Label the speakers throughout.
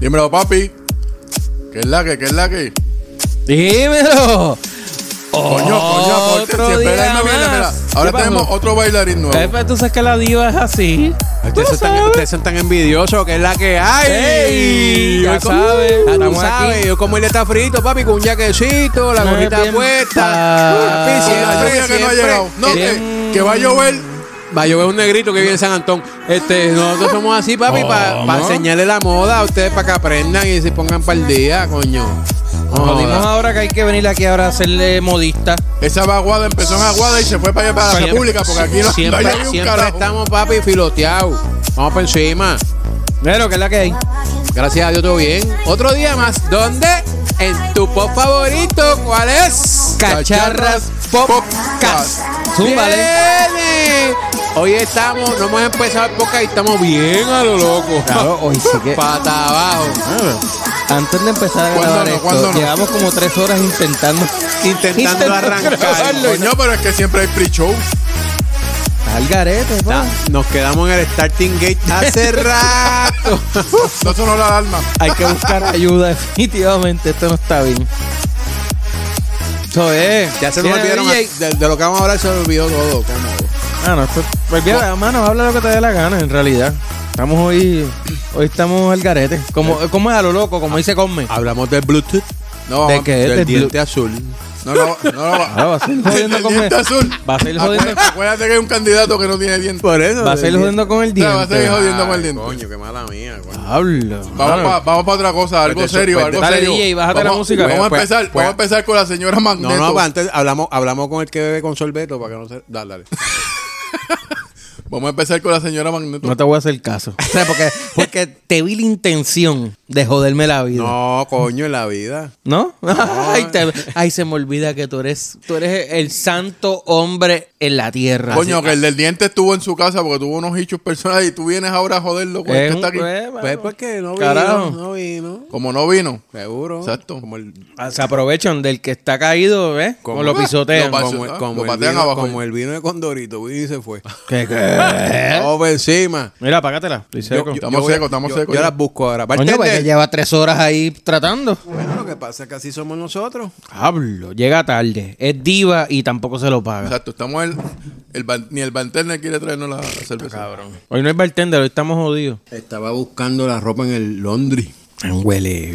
Speaker 1: Dímelo, papi. ¿Qué es la que? ¿Qué es la que?
Speaker 2: Dímelo.
Speaker 1: Coño, coño,
Speaker 2: Otro
Speaker 1: porque si espera, ahí
Speaker 2: día
Speaker 1: me viene,
Speaker 2: más. Eh,
Speaker 1: mira.
Speaker 2: ¿Qué
Speaker 1: Ahora
Speaker 2: pasó?
Speaker 1: tenemos otro bailarín nuevo.
Speaker 2: Pepe, tú sabes que la diva es así. Tú
Speaker 3: Ustedes
Speaker 2: lo
Speaker 3: son, tan,
Speaker 2: sabes.
Speaker 3: ustedes son tan envidiosos que es la que hay.
Speaker 2: Ey,
Speaker 3: ya
Speaker 2: yo como-
Speaker 3: sabes,
Speaker 2: ya
Speaker 3: estamos
Speaker 2: tú sabes.
Speaker 3: aquí. Yo como él está frito, papi, con un jaquecito, la
Speaker 2: No,
Speaker 3: gorrita
Speaker 2: bien
Speaker 3: puesta.
Speaker 2: pa-
Speaker 3: Papi,
Speaker 1: Con Ah, la
Speaker 3: siempre,
Speaker 1: lluvia que no ha
Speaker 3: siempre.
Speaker 1: llegado. No, eh. que,
Speaker 2: Bien.
Speaker 1: que va a llover.
Speaker 3: Va, yo veo un negrito que vive en San Antón. Este, nosotros somos así, papi, para
Speaker 1: ¿Cómo?
Speaker 3: enseñarle la moda a ustedes para que aprendan y se pongan para el día, coño.
Speaker 2: Jodimos
Speaker 3: Joda.
Speaker 2: ahora que hay que venir aquí ahora a hacerle modista.
Speaker 1: Esa vaguada empezó en Aguada y se fue para allá para la
Speaker 2: Siempre-
Speaker 1: República porque aquí no, no
Speaker 3: Siempre,
Speaker 1: hay un
Speaker 3: siempre
Speaker 1: carajo.
Speaker 3: estamos, papi, filoteados. Vamos para encima.
Speaker 2: Pero que es la que hay.
Speaker 3: Gracias a Dios, todo bien. Otro día más. ¿Dónde? En tu pop favorito. ¿Cuál es?
Speaker 2: Cacharras Podcast. Zúmbale.
Speaker 3: Viene. Hoy estamos, no hemos empezado el podcast y estamos bien a lo loco.
Speaker 2: Claro, hoy sí que.
Speaker 3: Pata abajo.
Speaker 2: Antes de empezar a
Speaker 1: ¿Cuándo
Speaker 2: grabar
Speaker 1: no?
Speaker 2: esto,
Speaker 1: ¿Cuándo no?
Speaker 2: llevamos como tres horas intentando.
Speaker 3: Intentando
Speaker 2: Intentando
Speaker 3: arrancar.
Speaker 2: grabarlo.
Speaker 1: Coño, pero es que siempre hay pre-show.
Speaker 2: Al garete, pa.
Speaker 3: Na- Nos quedamos en el starting gate hace rato.
Speaker 1: No sonó la alarma.
Speaker 2: Hay que buscar ayuda, definitivamente. Esto no está bien. Eso es.
Speaker 3: ya se nos
Speaker 2: Viene
Speaker 3: olvidaron.
Speaker 2: DJ.
Speaker 3: De, de lo que vamos a hablar se nos olvidó todo. cómodo.
Speaker 2: Ah, no, esto. Pues mira, hermano, habla lo que te dé la gana, en realidad. Estamos hoy. Hoy estamos al garete. Como, como es a lo loco, como dice Conme.
Speaker 3: Hablamos del Bluetooth.
Speaker 1: No,
Speaker 2: ¿De qué?
Speaker 3: Del
Speaker 2: Del
Speaker 3: diente azul.
Speaker 1: No lo no, no,
Speaker 2: Ahora va a seguir jodiendo
Speaker 1: El
Speaker 2: con
Speaker 1: diente
Speaker 2: el.
Speaker 1: azul.
Speaker 2: Va a seguir jodiendo.
Speaker 1: Acuérdate, acuérdate que hay un candidato que no tiene diente.
Speaker 3: Por eso.
Speaker 2: Va a seguir jodiendo con el
Speaker 1: No, va a seguir
Speaker 2: diente.
Speaker 1: jodiendo con el diente.
Speaker 3: Coño, qué mala mía, coño.
Speaker 2: Hablo.
Speaker 1: Vamos para otra cosa, algo
Speaker 3: Pues de-
Speaker 1: serio,
Speaker 3: pues de-
Speaker 1: algo
Speaker 2: dale,
Speaker 1: serio.
Speaker 2: DJ, bájate la
Speaker 1: Vamos-
Speaker 2: música.
Speaker 1: Vamos a
Speaker 3: Pues-
Speaker 1: empezar,
Speaker 3: pues-
Speaker 1: vamos a empezar con la señora
Speaker 3: No,
Speaker 1: Magneto.
Speaker 3: no, pero antes hablamos, hablamos con el que bebe con sorbeto para que no se. Dale, dale.
Speaker 1: Vamos a empezar con la señora Magneto.
Speaker 2: No te voy a hacer caso. O sea, porque, porque te vi la intención de joderme la vida.
Speaker 3: No, coño, en la vida.
Speaker 2: ¿No? Ay, te- ay, se me olvida que tú eres, tú eres el santo hombre en la tierra.
Speaker 1: Coño, que el del diente estuvo en su casa porque tuvo unos hichos personales y tú vienes ahora a joderlo con el
Speaker 2: Es
Speaker 1: que
Speaker 2: un-
Speaker 1: está aquí.
Speaker 2: eh, mano,
Speaker 3: Pues porque no vino.
Speaker 2: Carajo.
Speaker 3: No vino.
Speaker 1: Como no vino.
Speaker 3: Seguro.
Speaker 1: Exacto.
Speaker 3: Como el,
Speaker 2: Se aprovechan del que está caído, ¿ves? Como lo
Speaker 1: Lo
Speaker 2: pisotean.
Speaker 1: pa-
Speaker 3: como,
Speaker 1: ah,
Speaker 3: como
Speaker 1: lo
Speaker 3: el
Speaker 1: patean
Speaker 3: vino,
Speaker 1: abajo.
Speaker 3: como el vino de Condorito. Vino y se fue.
Speaker 2: ¿Qué, qué?
Speaker 3: Over encima.
Speaker 2: Mira, apágatela. Estoy
Speaker 3: Yo-
Speaker 2: seco.
Speaker 3: yo-
Speaker 1: Estamos
Speaker 3: yo voy a-
Speaker 1: secos, estamos
Speaker 3: yo-
Speaker 1: secos
Speaker 3: Yo
Speaker 1: ya.
Speaker 3: las busco ahora.
Speaker 2: Coño,
Speaker 3: Bartender.
Speaker 2: pues,
Speaker 1: Este-
Speaker 2: que lleva tres horas ahí tratando.
Speaker 3: Bueno, lo que pasa es que así somos nosotros.
Speaker 2: Hablo, llega tarde. Es diva y tampoco se lo paga.
Speaker 1: Exacto. Estamos el, el ban- ni el bartender quiere traernos la cerveza. Cabrón.
Speaker 2: Hoy no es bartender, hoy estamos jodidos.
Speaker 3: Estaba buscando la ropa en el Londres.
Speaker 1: Eh,
Speaker 2: Huele.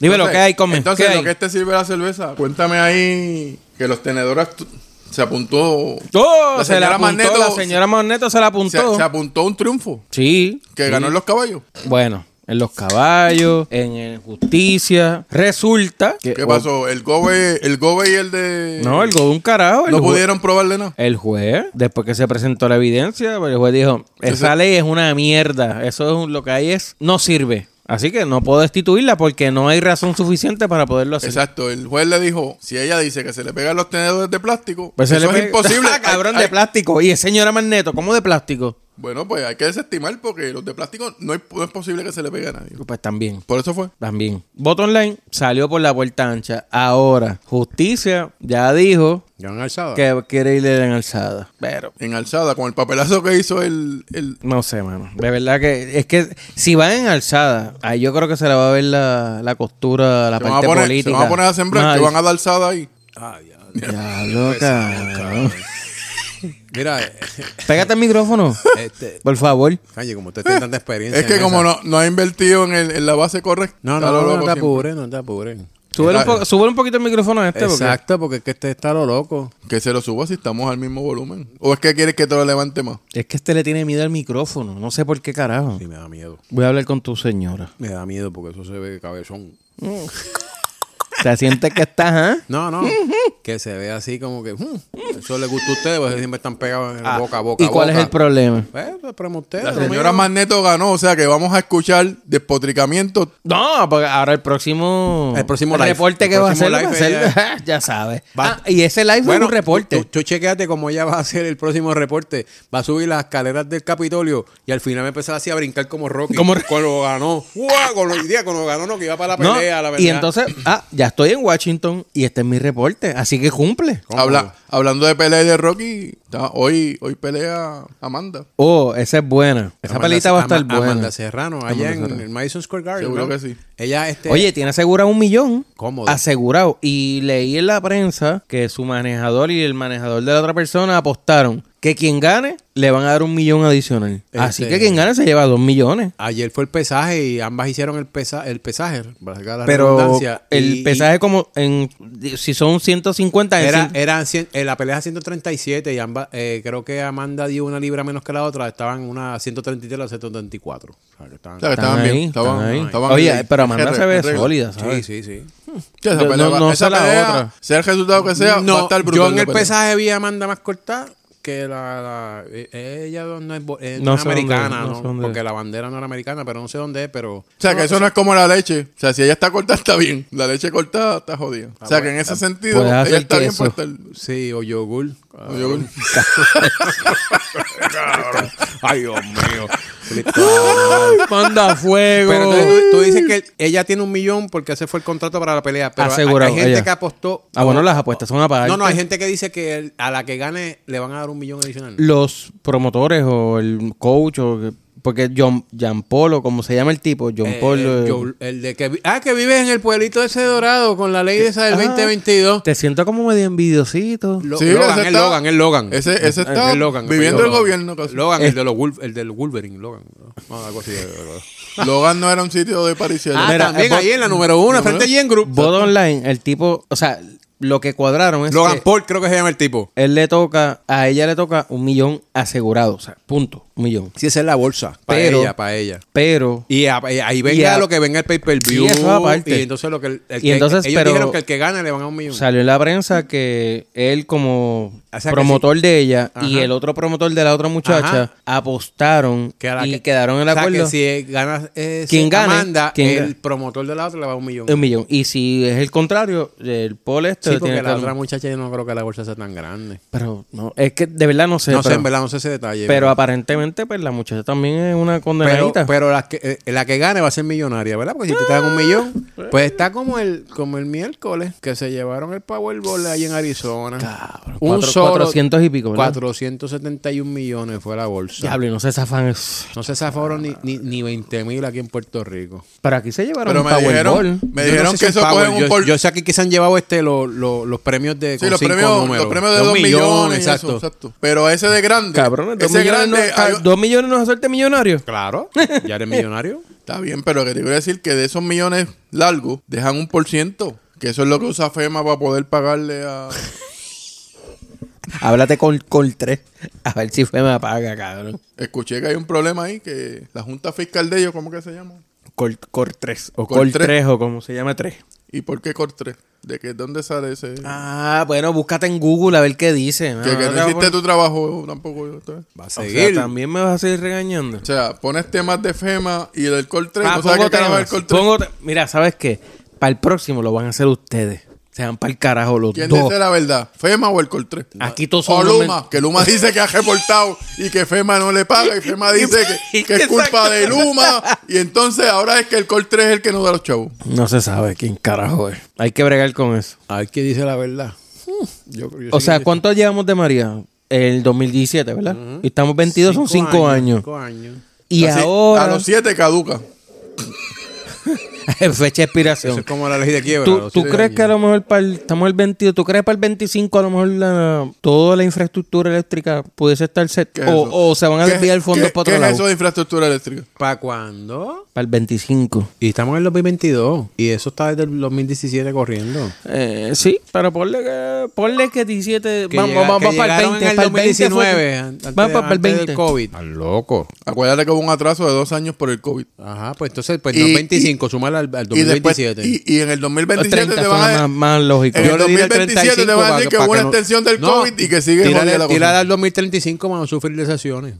Speaker 2: Dime lo que hay, come.
Speaker 1: Entonces,
Speaker 2: ¿Qué
Speaker 1: lo
Speaker 2: hay?
Speaker 1: que este sirve la cerveza, cuéntame ahí que los tenedores tu- se apuntó.
Speaker 2: ¡Oh!
Speaker 1: la
Speaker 2: se la
Speaker 1: señora
Speaker 2: apuntó,
Speaker 1: Magneto-
Speaker 2: la señora Magneto se la
Speaker 1: Se,
Speaker 2: apuntó.
Speaker 1: se apuntó un triunfo
Speaker 2: sí.
Speaker 1: que
Speaker 2: sí.
Speaker 1: ganó en los caballos.
Speaker 2: Bueno, en los caballos, en el justicia. Resulta que.
Speaker 1: ¿Qué pasó? El Gobe, el Gobe y el de.
Speaker 2: No, el go de un carajo. el
Speaker 1: no
Speaker 2: ju-
Speaker 1: pudieron probarle nada.
Speaker 2: El juez, después que se presentó la evidencia, el juez dijo, esa
Speaker 1: Ese-
Speaker 2: ley es una mierda, eso es un- lo que hay es, no sirve. Así que no puedo destituirla porque no hay razón suficiente para poderlo hacer.
Speaker 1: Exacto, el juez le dijo, si ella dice que se le pegan los tenedores de plástico,
Speaker 2: Pues se
Speaker 1: eso
Speaker 2: le
Speaker 1: es
Speaker 2: pega-
Speaker 1: imposible.
Speaker 2: Ah, Cabrón,
Speaker 1: Ay,
Speaker 2: de plástico. Y es señora Magneto, ¿cómo de plástico?
Speaker 1: Bueno, pues hay que desestimar porque los de plástico no, hay- no es posible que se le pegue a nadie.
Speaker 2: Pues también.
Speaker 1: Por eso fue.
Speaker 2: También. Voto online salió por la puerta ancha. Ahora, justicia ya dijo
Speaker 3: Ya han alzado.
Speaker 2: que quiere irle en alzada. Pero
Speaker 1: En alzada, con el papelazo que hizo el... el-
Speaker 2: no sé, mano. De verdad que es que si van en alzada, ahí yo creo que se le va a ver la, la costura, la
Speaker 1: se, van a
Speaker 2: parte
Speaker 1: poner,
Speaker 2: política.
Speaker 1: se van a poner a sembrar,
Speaker 2: Mal.
Speaker 1: que van a dar alzada ahí.
Speaker 2: Diablo, cabrón.
Speaker 3: Mira, eh,
Speaker 2: Pégate el micrófono,
Speaker 3: este.
Speaker 2: por favor.
Speaker 3: Calle, como usted tiene tanta experiencia.
Speaker 1: Es que
Speaker 3: en
Speaker 1: como
Speaker 3: esa-
Speaker 1: no, no ha invertido en, el- en la base correcta.
Speaker 3: No,
Speaker 1: está
Speaker 3: no,
Speaker 1: lo
Speaker 3: no,
Speaker 1: loco
Speaker 3: te
Speaker 1: siempre. Este,
Speaker 3: apures, no te apures.
Speaker 2: Súbele un, po- súbele un poquito el micrófono a este, porque-
Speaker 3: Exacto, porque es que este está lo loco.
Speaker 1: Que se lo suba si estamos al mismo volumen. ¿O es que quieres que te lo levante más?
Speaker 2: Es que este le tiene miedo al micrófono. No sé por qué carajo.
Speaker 3: Sí, me da miedo.
Speaker 2: Voy a hablar con tu señora.
Speaker 3: Me da miedo porque eso se ve cabezón.
Speaker 2: ¿Te sientes que estás, ah?
Speaker 3: No, no. que se ve así como que. mm, eso le gusta a ustedes, porque siempre están pegados en boca a boca.
Speaker 2: ah? ¿Y cuál es el problema?
Speaker 3: problema? Pues, pero ustedes.
Speaker 1: La
Speaker 3: lo mío.
Speaker 1: señora Magneto ganó, o sea que vamos a escuchar despotricamiento
Speaker 2: No, porque ahora el próximo.
Speaker 3: El próximo live.
Speaker 2: reporte
Speaker 3: El
Speaker 2: que va a hacer. va
Speaker 3: próximo
Speaker 2: a
Speaker 3: live,
Speaker 2: ser- ya sabes.
Speaker 3: Va-
Speaker 2: Ah, y ese live es un reporte.
Speaker 3: Tú, tú chequeate cómo ella va a hacer el próximo reporte. Va a subir las escaleras del Capitolio y al final va a empezar así a brincar como Rocky.
Speaker 2: Como-
Speaker 3: Cuando ganó. ¡Wow! Con lo, idea, cuando ganó, no, que iba para la
Speaker 2: No,
Speaker 3: pelea, la verdad.
Speaker 2: y entonces, ah, ya estoy en Washington y este es mi reporte, así que cumple.
Speaker 1: Habla, hablando de pelea y de Rocky, ta- hoy, hoy pelea Amanda.
Speaker 2: Oh, esa es buena. Esa
Speaker 3: Amanda-
Speaker 2: pelita va a estar
Speaker 3: Ama-
Speaker 2: buena.
Speaker 3: Amanda Serrano, allá Ah, en
Speaker 2: Serrano.
Speaker 3: el Madison Square Garden.
Speaker 1: Seguro
Speaker 3: ¿no?
Speaker 1: que sí.
Speaker 3: Ella, este.
Speaker 2: Oye, tiene asegurado un millón.
Speaker 3: Cómodo.
Speaker 2: Asegurado. Y leí en la prensa que su manejador y el manejador de la otra persona apostaron que quien gane le van a dar un millón adicional. Así
Speaker 3: Este-
Speaker 2: que quien gane se lleva dos millones.
Speaker 3: Ayer fue el pesaje y ambas hicieron el, pesa el pesaje. valga la
Speaker 2: Pero
Speaker 3: redundancia,
Speaker 2: el
Speaker 3: y-
Speaker 2: pesaje como en si son 150 en
Speaker 3: Era,
Speaker 2: cien-
Speaker 3: eran cien- eh, la pelea 137 y ambas, eh, creo que Amanda dio una libra menos que la otra, estaban una 133 a 134. O sea, que estaban-
Speaker 1: O sea, que
Speaker 2: Están
Speaker 1: estaban
Speaker 2: ahí,
Speaker 1: bien. Estaban,
Speaker 2: están ahí.
Speaker 1: estaban
Speaker 2: Oye,
Speaker 1: en-
Speaker 2: pero
Speaker 1: en
Speaker 2: Amanda
Speaker 1: regla,
Speaker 2: se ve
Speaker 1: en regla.
Speaker 2: sólida, ¿sabes?
Speaker 3: sí, sí, sí.
Speaker 1: Sí, esa
Speaker 2: No-
Speaker 1: pelea, va-
Speaker 2: no
Speaker 1: esa
Speaker 2: sé la
Speaker 1: pelea,
Speaker 2: otra.
Speaker 1: sea el resultado que sea, va a
Speaker 3: No,
Speaker 1: estar brutal.
Speaker 3: yo en
Speaker 1: la
Speaker 3: el
Speaker 1: pelea.
Speaker 3: pesaje vi a Amanda más corta que la, la- eh, ella no es, bo- eh,
Speaker 2: No
Speaker 3: no es
Speaker 2: sé dónde es,
Speaker 3: americana,
Speaker 2: no
Speaker 3: ¿no?
Speaker 2: sé dónde
Speaker 3: porque
Speaker 2: es.
Speaker 3: la bandera no era americana, pero no sé dónde es, pero Ah.
Speaker 1: O sea, que eso no es como la leche. O sea, si ella está corta, está bien. La leche cortada está jodida. O
Speaker 2: Ah,
Speaker 1: sea, que en ese sentido,
Speaker 2: Puedes
Speaker 1: ella
Speaker 2: pues, hacer
Speaker 1: está bien
Speaker 2: queso.
Speaker 1: por estar.
Speaker 3: sí, o yogur. Ah,
Speaker 1: No, yo-
Speaker 3: Ay, Dios mío.
Speaker 2: Manda fuego.
Speaker 3: Pero tú, tú dices que ella tiene un millón porque ese fue el contrato para la pelea. Pero hay-
Speaker 2: Asegurado,
Speaker 3: hay, gente
Speaker 2: ella.
Speaker 3: que apostó.
Speaker 2: Ah, bueno, las apuestas son apagadas.
Speaker 3: No, no, hay gente que dice que el- a la que gane le van a dar un millón adicional.
Speaker 2: los promotores o el coach o porque John Jean Paul o como se llama el tipo, John
Speaker 3: Eh,
Speaker 2: Paul eh,
Speaker 3: Joe- el de que vi- ah, que vives en el pueblito ese dorado con la ley de esa del
Speaker 2: Ah,
Speaker 3: 2022.
Speaker 2: Te siento como medio envidiosito.
Speaker 3: Lo-
Speaker 1: Sí,
Speaker 3: Logan,
Speaker 1: ese
Speaker 3: el
Speaker 1: está-
Speaker 3: Logan, el Logan.
Speaker 1: Ese, ese
Speaker 3: El Eh.
Speaker 1: está
Speaker 3: de Logan,
Speaker 1: viviendo el
Speaker 3: apellido
Speaker 1: gobierno.
Speaker 3: Logan,
Speaker 1: casi.
Speaker 3: Logan, el, de los Wolf- el del Wolverine, Logan. No, algo así.
Speaker 1: Logan no era un sitio de parisiero.
Speaker 3: ah,
Speaker 2: Mira,
Speaker 3: también
Speaker 2: eh,
Speaker 3: ahí en la número uno, frente a Yen Group.
Speaker 2: Bod Online, el tipo, o sea, lo que cuadraron es
Speaker 3: Logan
Speaker 2: que
Speaker 3: Paul creo que se llama el tipo.
Speaker 2: él le toca, a ella le toca un millón asegurado, o sea, punto, un millón.
Speaker 3: Sí, esa es la bolsa. Para
Speaker 2: Pero-
Speaker 3: ella, para ella.
Speaker 2: Pero
Speaker 3: Y a- eh, ahí venga
Speaker 2: Y a-
Speaker 3: lo que venga el pay-per-view.
Speaker 2: Sí, eso aparte.
Speaker 3: Y entonces lo que el, el
Speaker 2: Y
Speaker 3: que-
Speaker 2: entonces,
Speaker 3: ellos
Speaker 2: pero-
Speaker 3: dijeron que el que gana le van a un millón.
Speaker 2: salió en la prensa que él como
Speaker 3: O sea, que
Speaker 2: promotor de ella y
Speaker 3: Ajá.
Speaker 2: el otro promotor de la otra muchacha
Speaker 3: Ajá.
Speaker 2: apostaron
Speaker 3: Que a la
Speaker 2: y
Speaker 3: que-
Speaker 2: quedaron en el
Speaker 3: o sea, que
Speaker 2: acuerdo.
Speaker 3: si eh, gana eh,
Speaker 2: Quien
Speaker 3: si
Speaker 2: gane,
Speaker 3: Amanda,
Speaker 2: quien
Speaker 3: el
Speaker 2: gane.
Speaker 3: promotor de la otra le va a un millón.
Speaker 2: Un millón. Y si es el contrario, el Paul este
Speaker 3: Sí,
Speaker 2: le tiene
Speaker 3: porque
Speaker 2: que
Speaker 3: la
Speaker 2: dar un-
Speaker 3: otra muchacha yo no creo que la bolsa sea tan grande.
Speaker 2: Pero no, es que de verdad no sé.
Speaker 3: no sé,
Speaker 2: pero,
Speaker 3: en verdad, no sé ese detalle.
Speaker 2: pero aparentemente, pues la muchacha también es una
Speaker 3: pero,
Speaker 2: condenadita.
Speaker 3: pero la, que, eh, la que gane va a ser millonaria, ¿verdad? Porque si te dan un millón, pues está como el como el miércoles que se llevaron el Powerball ahí en Arizona.
Speaker 2: Cabrón,
Speaker 3: un
Speaker 2: cuatro-
Speaker 3: solo
Speaker 2: 400 y pico, ¿verdad?
Speaker 3: 471 millones fue la bolsa.
Speaker 2: Diablo, y no se zafan. es-
Speaker 3: No se zafaron ni, ni, ni 20 mil aquí en Puerto Rico.
Speaker 2: Pero aquí se llevaron
Speaker 1: Pero
Speaker 2: un
Speaker 1: me dijeron,
Speaker 2: Powerball.
Speaker 1: me
Speaker 3: Yo no
Speaker 1: dijeron
Speaker 3: sé si
Speaker 1: que eso
Speaker 3: Power-
Speaker 1: cogen
Speaker 3: yo,
Speaker 1: un por...
Speaker 3: yo sé aquí que se han llevado este lo- lo- los premios de
Speaker 1: Sí,
Speaker 3: con
Speaker 1: los
Speaker 3: cinco
Speaker 1: premios,
Speaker 3: números.
Speaker 1: los premios de 2 millones. y eso,
Speaker 3: exacto.
Speaker 1: exacto. Pero ese de grande.
Speaker 2: Cabrón, dos
Speaker 1: ese
Speaker 2: millones, no,
Speaker 1: grande.
Speaker 2: ah,
Speaker 1: hay-
Speaker 2: dos millones no es hacerte millonario.
Speaker 3: Claro, ya eres millonario.
Speaker 1: Está bien, pero que te quiero decir que de esos millones largos, dejan un por ciento. Que eso es lo que usa FEMA para poder pagarle a.
Speaker 2: Háblate con, con tres. A ver si fue me apaga, cabrón.
Speaker 1: Escuché que hay un problema ahí, que la Junta Fiscal de ellos, ¿cómo que se llama?
Speaker 2: Col, cor 3. O
Speaker 1: Col
Speaker 2: Col
Speaker 1: tres.
Speaker 2: 3 o como se llama 3.
Speaker 1: ¿Y por qué Cortre? ¿De qué, dónde sale ese?
Speaker 2: Ah, bueno, búscate en Google a ver qué dice.
Speaker 1: que que no hiciste tu trabajo tampoco. yo, ¿sabes?
Speaker 3: Va a
Speaker 2: O sea,
Speaker 3: seguir.
Speaker 2: también me vas a seguir regañando.
Speaker 1: O sea, pones temas de FEMA y del Cortre.
Speaker 2: Ah,
Speaker 1: ¿No sabes
Speaker 2: pongo
Speaker 1: qué carajo es
Speaker 2: temas,
Speaker 1: el Cortre?
Speaker 2: pongo te- Mira, ¿sabes qué? Para el próximo lo van a hacer ustedes. Se van para el carajo los
Speaker 1: ¿Quién
Speaker 2: dos.
Speaker 1: dice la verdad? ¿FEMA o el Coltré?
Speaker 2: Aquí todos
Speaker 1: O
Speaker 2: son
Speaker 1: Luma,
Speaker 2: men-
Speaker 1: que Luma dice que ha reportado y que FEMA no le paga y FEMA dice que, que es culpa de Luma. Y entonces ahora es que el Coltré es el que nos da los chavos.
Speaker 2: No se sabe quién carajo es. Hay que bregar con eso.
Speaker 3: A ver qué dice la verdad. Yo- yo
Speaker 2: O
Speaker 3: sé
Speaker 2: sea,
Speaker 3: que-
Speaker 2: ¿cuánto llevamos de María? El 2017, ¿verdad? Y estamos 22, son 5 años.
Speaker 3: Cinco años.
Speaker 2: Y
Speaker 1: Así,
Speaker 2: ahora,
Speaker 1: A los siete caduca.
Speaker 2: fecha de
Speaker 3: Eso
Speaker 2: expiración.
Speaker 3: es como la ley de quiebra.
Speaker 2: ¿Tú,
Speaker 3: los
Speaker 2: tú
Speaker 3: siete
Speaker 2: crees
Speaker 3: años.
Speaker 2: que a lo mejor para el, estamos el 22, tú crees para el 25 a lo mejor la- toda la infraestructura eléctrica pudiese estar set
Speaker 1: ¿Qué es eso?
Speaker 2: o, o se van a
Speaker 1: ¿Qué-
Speaker 2: desviar fondos
Speaker 1: qué-
Speaker 2: para otro
Speaker 1: ¿Qué es
Speaker 2: lado?
Speaker 1: eso de infraestructura eléctrica?
Speaker 3: ¿Para cuándo?
Speaker 2: Para el 25.
Speaker 3: Y estamos en el 2022. Y eso está desde el 2017 corriendo.
Speaker 2: Eh, sí, pero ponle que, ponle que 17.
Speaker 3: Que
Speaker 2: vamos,
Speaker 3: llega-
Speaker 2: vamos,
Speaker 3: que
Speaker 2: vamos para el
Speaker 3: llegaron
Speaker 2: 20.
Speaker 3: en el
Speaker 2: para el 20 fue que-
Speaker 3: 2019. an- antes-
Speaker 2: Vamos para el
Speaker 3: antes
Speaker 2: 20.
Speaker 3: del COVID. Al loco.
Speaker 1: Acuérdate que hubo un atraso de dos años por el COVID.
Speaker 3: Ajá, pues entonces, pues
Speaker 1: Y-
Speaker 3: no 25, súmala al, al
Speaker 1: Y, después,
Speaker 3: 2027.
Speaker 1: y, y en el
Speaker 2: Los
Speaker 1: 2027
Speaker 2: 30
Speaker 1: te
Speaker 2: suena
Speaker 1: van a...
Speaker 2: más, más lógico.
Speaker 1: en
Speaker 3: Yo
Speaker 1: el
Speaker 3: le diré
Speaker 1: 2027 te van a decir
Speaker 3: pa-
Speaker 1: que
Speaker 3: pa'
Speaker 1: hubo una extensión del COVID y que sigue jodida
Speaker 3: Tirar
Speaker 1: la
Speaker 3: tirar
Speaker 1: cosa.
Speaker 3: al 2035 van a sufrir lesiones.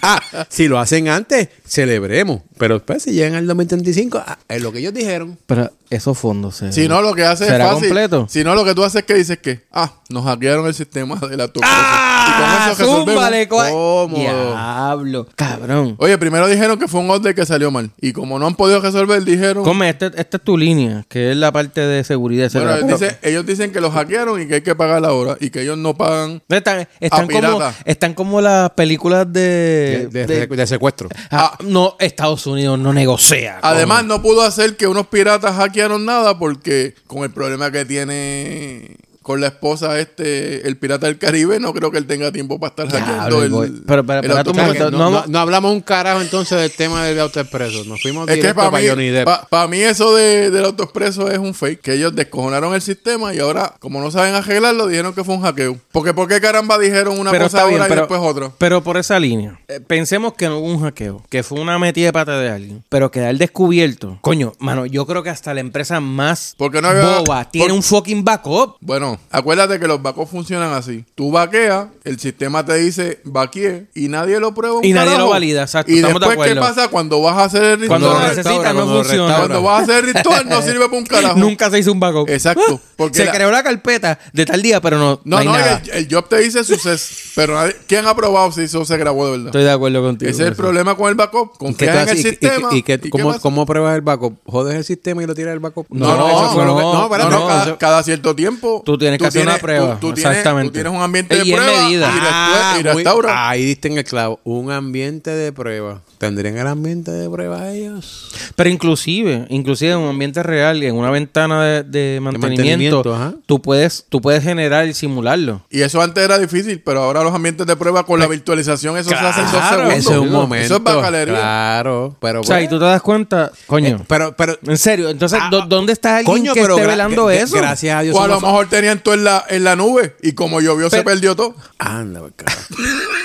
Speaker 3: ah, si lo hacen antes, celebremos. Pero después, si llegan al 2035, ah, es lo que ellos dijeron.
Speaker 2: Pero esos fondos se...
Speaker 1: Si no, lo que hace es
Speaker 2: ¿Será
Speaker 1: fácil.
Speaker 2: completo?
Speaker 1: Si no, lo que tú haces es que dices que, ah, nos hackearon el sistema de la tuya.
Speaker 2: ¡Ah! ¡Zúmbale! cua-
Speaker 1: Cómodo.
Speaker 2: ¡Diablo! ¡Cabrón!
Speaker 1: Oye, primero dijeron que fue un update que salió mal. Y como no han podido resolver, dijeron.
Speaker 2: Come, este- esta es tu línea, que es la parte de seguridad. esa
Speaker 1: Bueno,
Speaker 2: es
Speaker 1: él
Speaker 2: la-
Speaker 1: dice- ellos dicen que los hackearon y que hay que pagar la hora y que ellos no pagan.
Speaker 2: Están, están
Speaker 1: A
Speaker 2: como,
Speaker 1: Ah, pirata.
Speaker 2: están como las películas de...
Speaker 3: De, de-
Speaker 2: Eh, de-
Speaker 3: de secuestro.
Speaker 2: Ah, no, Estados Unidos no negocia. con-
Speaker 1: Además, no pudo hacer que unos piratas hackearon nada porque con el problema que tiene con la esposa este, el pirata del Caribe, no creo que él tenga tiempo para estar hackeando
Speaker 2: Diablo,
Speaker 1: el,
Speaker 2: boy. Pero- pero-
Speaker 1: el
Speaker 2: espérate un
Speaker 1: automático.
Speaker 2: momento.
Speaker 3: no,
Speaker 2: no-
Speaker 3: no- no hablamos un carajo entonces del tema del autoexpreso. Nos fuimos
Speaker 1: Es que
Speaker 3: directo
Speaker 1: para
Speaker 3: para Johnny
Speaker 1: mí,
Speaker 3: Depp.
Speaker 1: pa- pa' mí eso de, del autoexpreso es un fake. Que ellos descojonaron el sistema y ahora, como no saben arreglarlo, dijeron que fue un hackeo. Porque ¿por qué caramba dijeron una
Speaker 2: pero
Speaker 1: cosa
Speaker 2: está
Speaker 1: ahora
Speaker 2: bien,
Speaker 1: y
Speaker 2: pero,
Speaker 1: después otra?
Speaker 2: pero por esa línea. Eh, Pensemos que no hubo un hackeo, que fue una metida de pata de alguien, pero quedar descubierto. Coño, mano, yo creo que hasta la empresa más
Speaker 1: Porque no había-
Speaker 2: boba tiene
Speaker 1: por-
Speaker 2: un fucking backup.
Speaker 1: Bueno, acuérdate que los vacos funcionan así. Tú vaqueas, el sistema te dice vaqueé y nadie lo prueba. un
Speaker 2: Y nadie lo
Speaker 1: carajo.
Speaker 2: valida, exacto,
Speaker 1: Y
Speaker 2: estamos de
Speaker 1: después, ¿qué
Speaker 2: acuerdo.
Speaker 1: pasa cuando vas a hacer el ritual?
Speaker 2: Cuando
Speaker 1: Cuando,
Speaker 2: lo
Speaker 3: restaura,
Speaker 2: necesitas no
Speaker 3: cuando lo
Speaker 2: funciona. Eh,
Speaker 3: restaura.
Speaker 1: vas a hacer el ritual no sirve para un carajo.
Speaker 2: Nunca se hizo un backup.
Speaker 1: Exacto, porque
Speaker 2: se
Speaker 1: la-
Speaker 2: creó la carpeta de tal día, pero no, no,
Speaker 1: No,
Speaker 2: hay
Speaker 1: no, y
Speaker 2: nada.
Speaker 1: el, el job te dice suceso. pero nadie- ¿quién ha probado si eso se grabó de verdad?
Speaker 2: Estoy de acuerdo contigo.
Speaker 1: Ese es el
Speaker 2: Eso.
Speaker 1: problema con el backup.
Speaker 3: ¿Qué
Speaker 1: Confían en el
Speaker 3: clase- y- y-
Speaker 1: sistema.
Speaker 3: ¿Y, qué-
Speaker 1: ¿Y qué
Speaker 3: cómo,
Speaker 1: pasa?
Speaker 3: cómo pruebas el backup? ¿Jodes el sistema y lo tiras el backup?
Speaker 1: No, no,
Speaker 3: eso fue lo que-
Speaker 2: no,
Speaker 3: no, espérate,
Speaker 1: no, no, cada,
Speaker 3: eso-
Speaker 1: cada cierto tiempo.
Speaker 2: Tú tienes que hacer una prueba,
Speaker 1: Tú, tú tienes-
Speaker 2: exactamente.
Speaker 1: tú tienes un ambiente de
Speaker 2: Y en
Speaker 1: prueba
Speaker 2: medida.
Speaker 1: y,
Speaker 3: Ah,
Speaker 1: restau- y
Speaker 3: muy- ah.
Speaker 1: restaura.
Speaker 3: ahí diste en el clavo. Un ambiente de prueba. ¿Tendrían el ambiente de prueba ellos?
Speaker 2: Pero inclusive, inclusive en un ambiente real y en una ventana de, de mantenimiento,
Speaker 3: mantenimiento, ajá.
Speaker 2: tú puedes, tú puedes generar y simularlo.
Speaker 1: Y eso antes era difícil, pero ahora los ambientes de prueba con la virtualización, eso se hace en dos
Speaker 2: Claro,
Speaker 1: segundos.
Speaker 3: Eso es un momento.
Speaker 1: Eso es bacalería.
Speaker 3: Claro. Pero,
Speaker 2: O sea, y tú te das cuenta, coño.
Speaker 3: eh, pero, pero Ah,
Speaker 2: en serio, entonces, ¿dó- ¿dónde está alguien
Speaker 3: coño,
Speaker 2: que
Speaker 3: pero
Speaker 2: esté
Speaker 3: gra-
Speaker 2: velando
Speaker 3: gra-
Speaker 2: eso?
Speaker 3: Gracias a Dios.
Speaker 1: O a lo
Speaker 3: somos-
Speaker 1: mejor tenían todo en la, en la nube y como llovió se
Speaker 2: Pero-
Speaker 1: perdió todo.
Speaker 3: Anda, por carajo.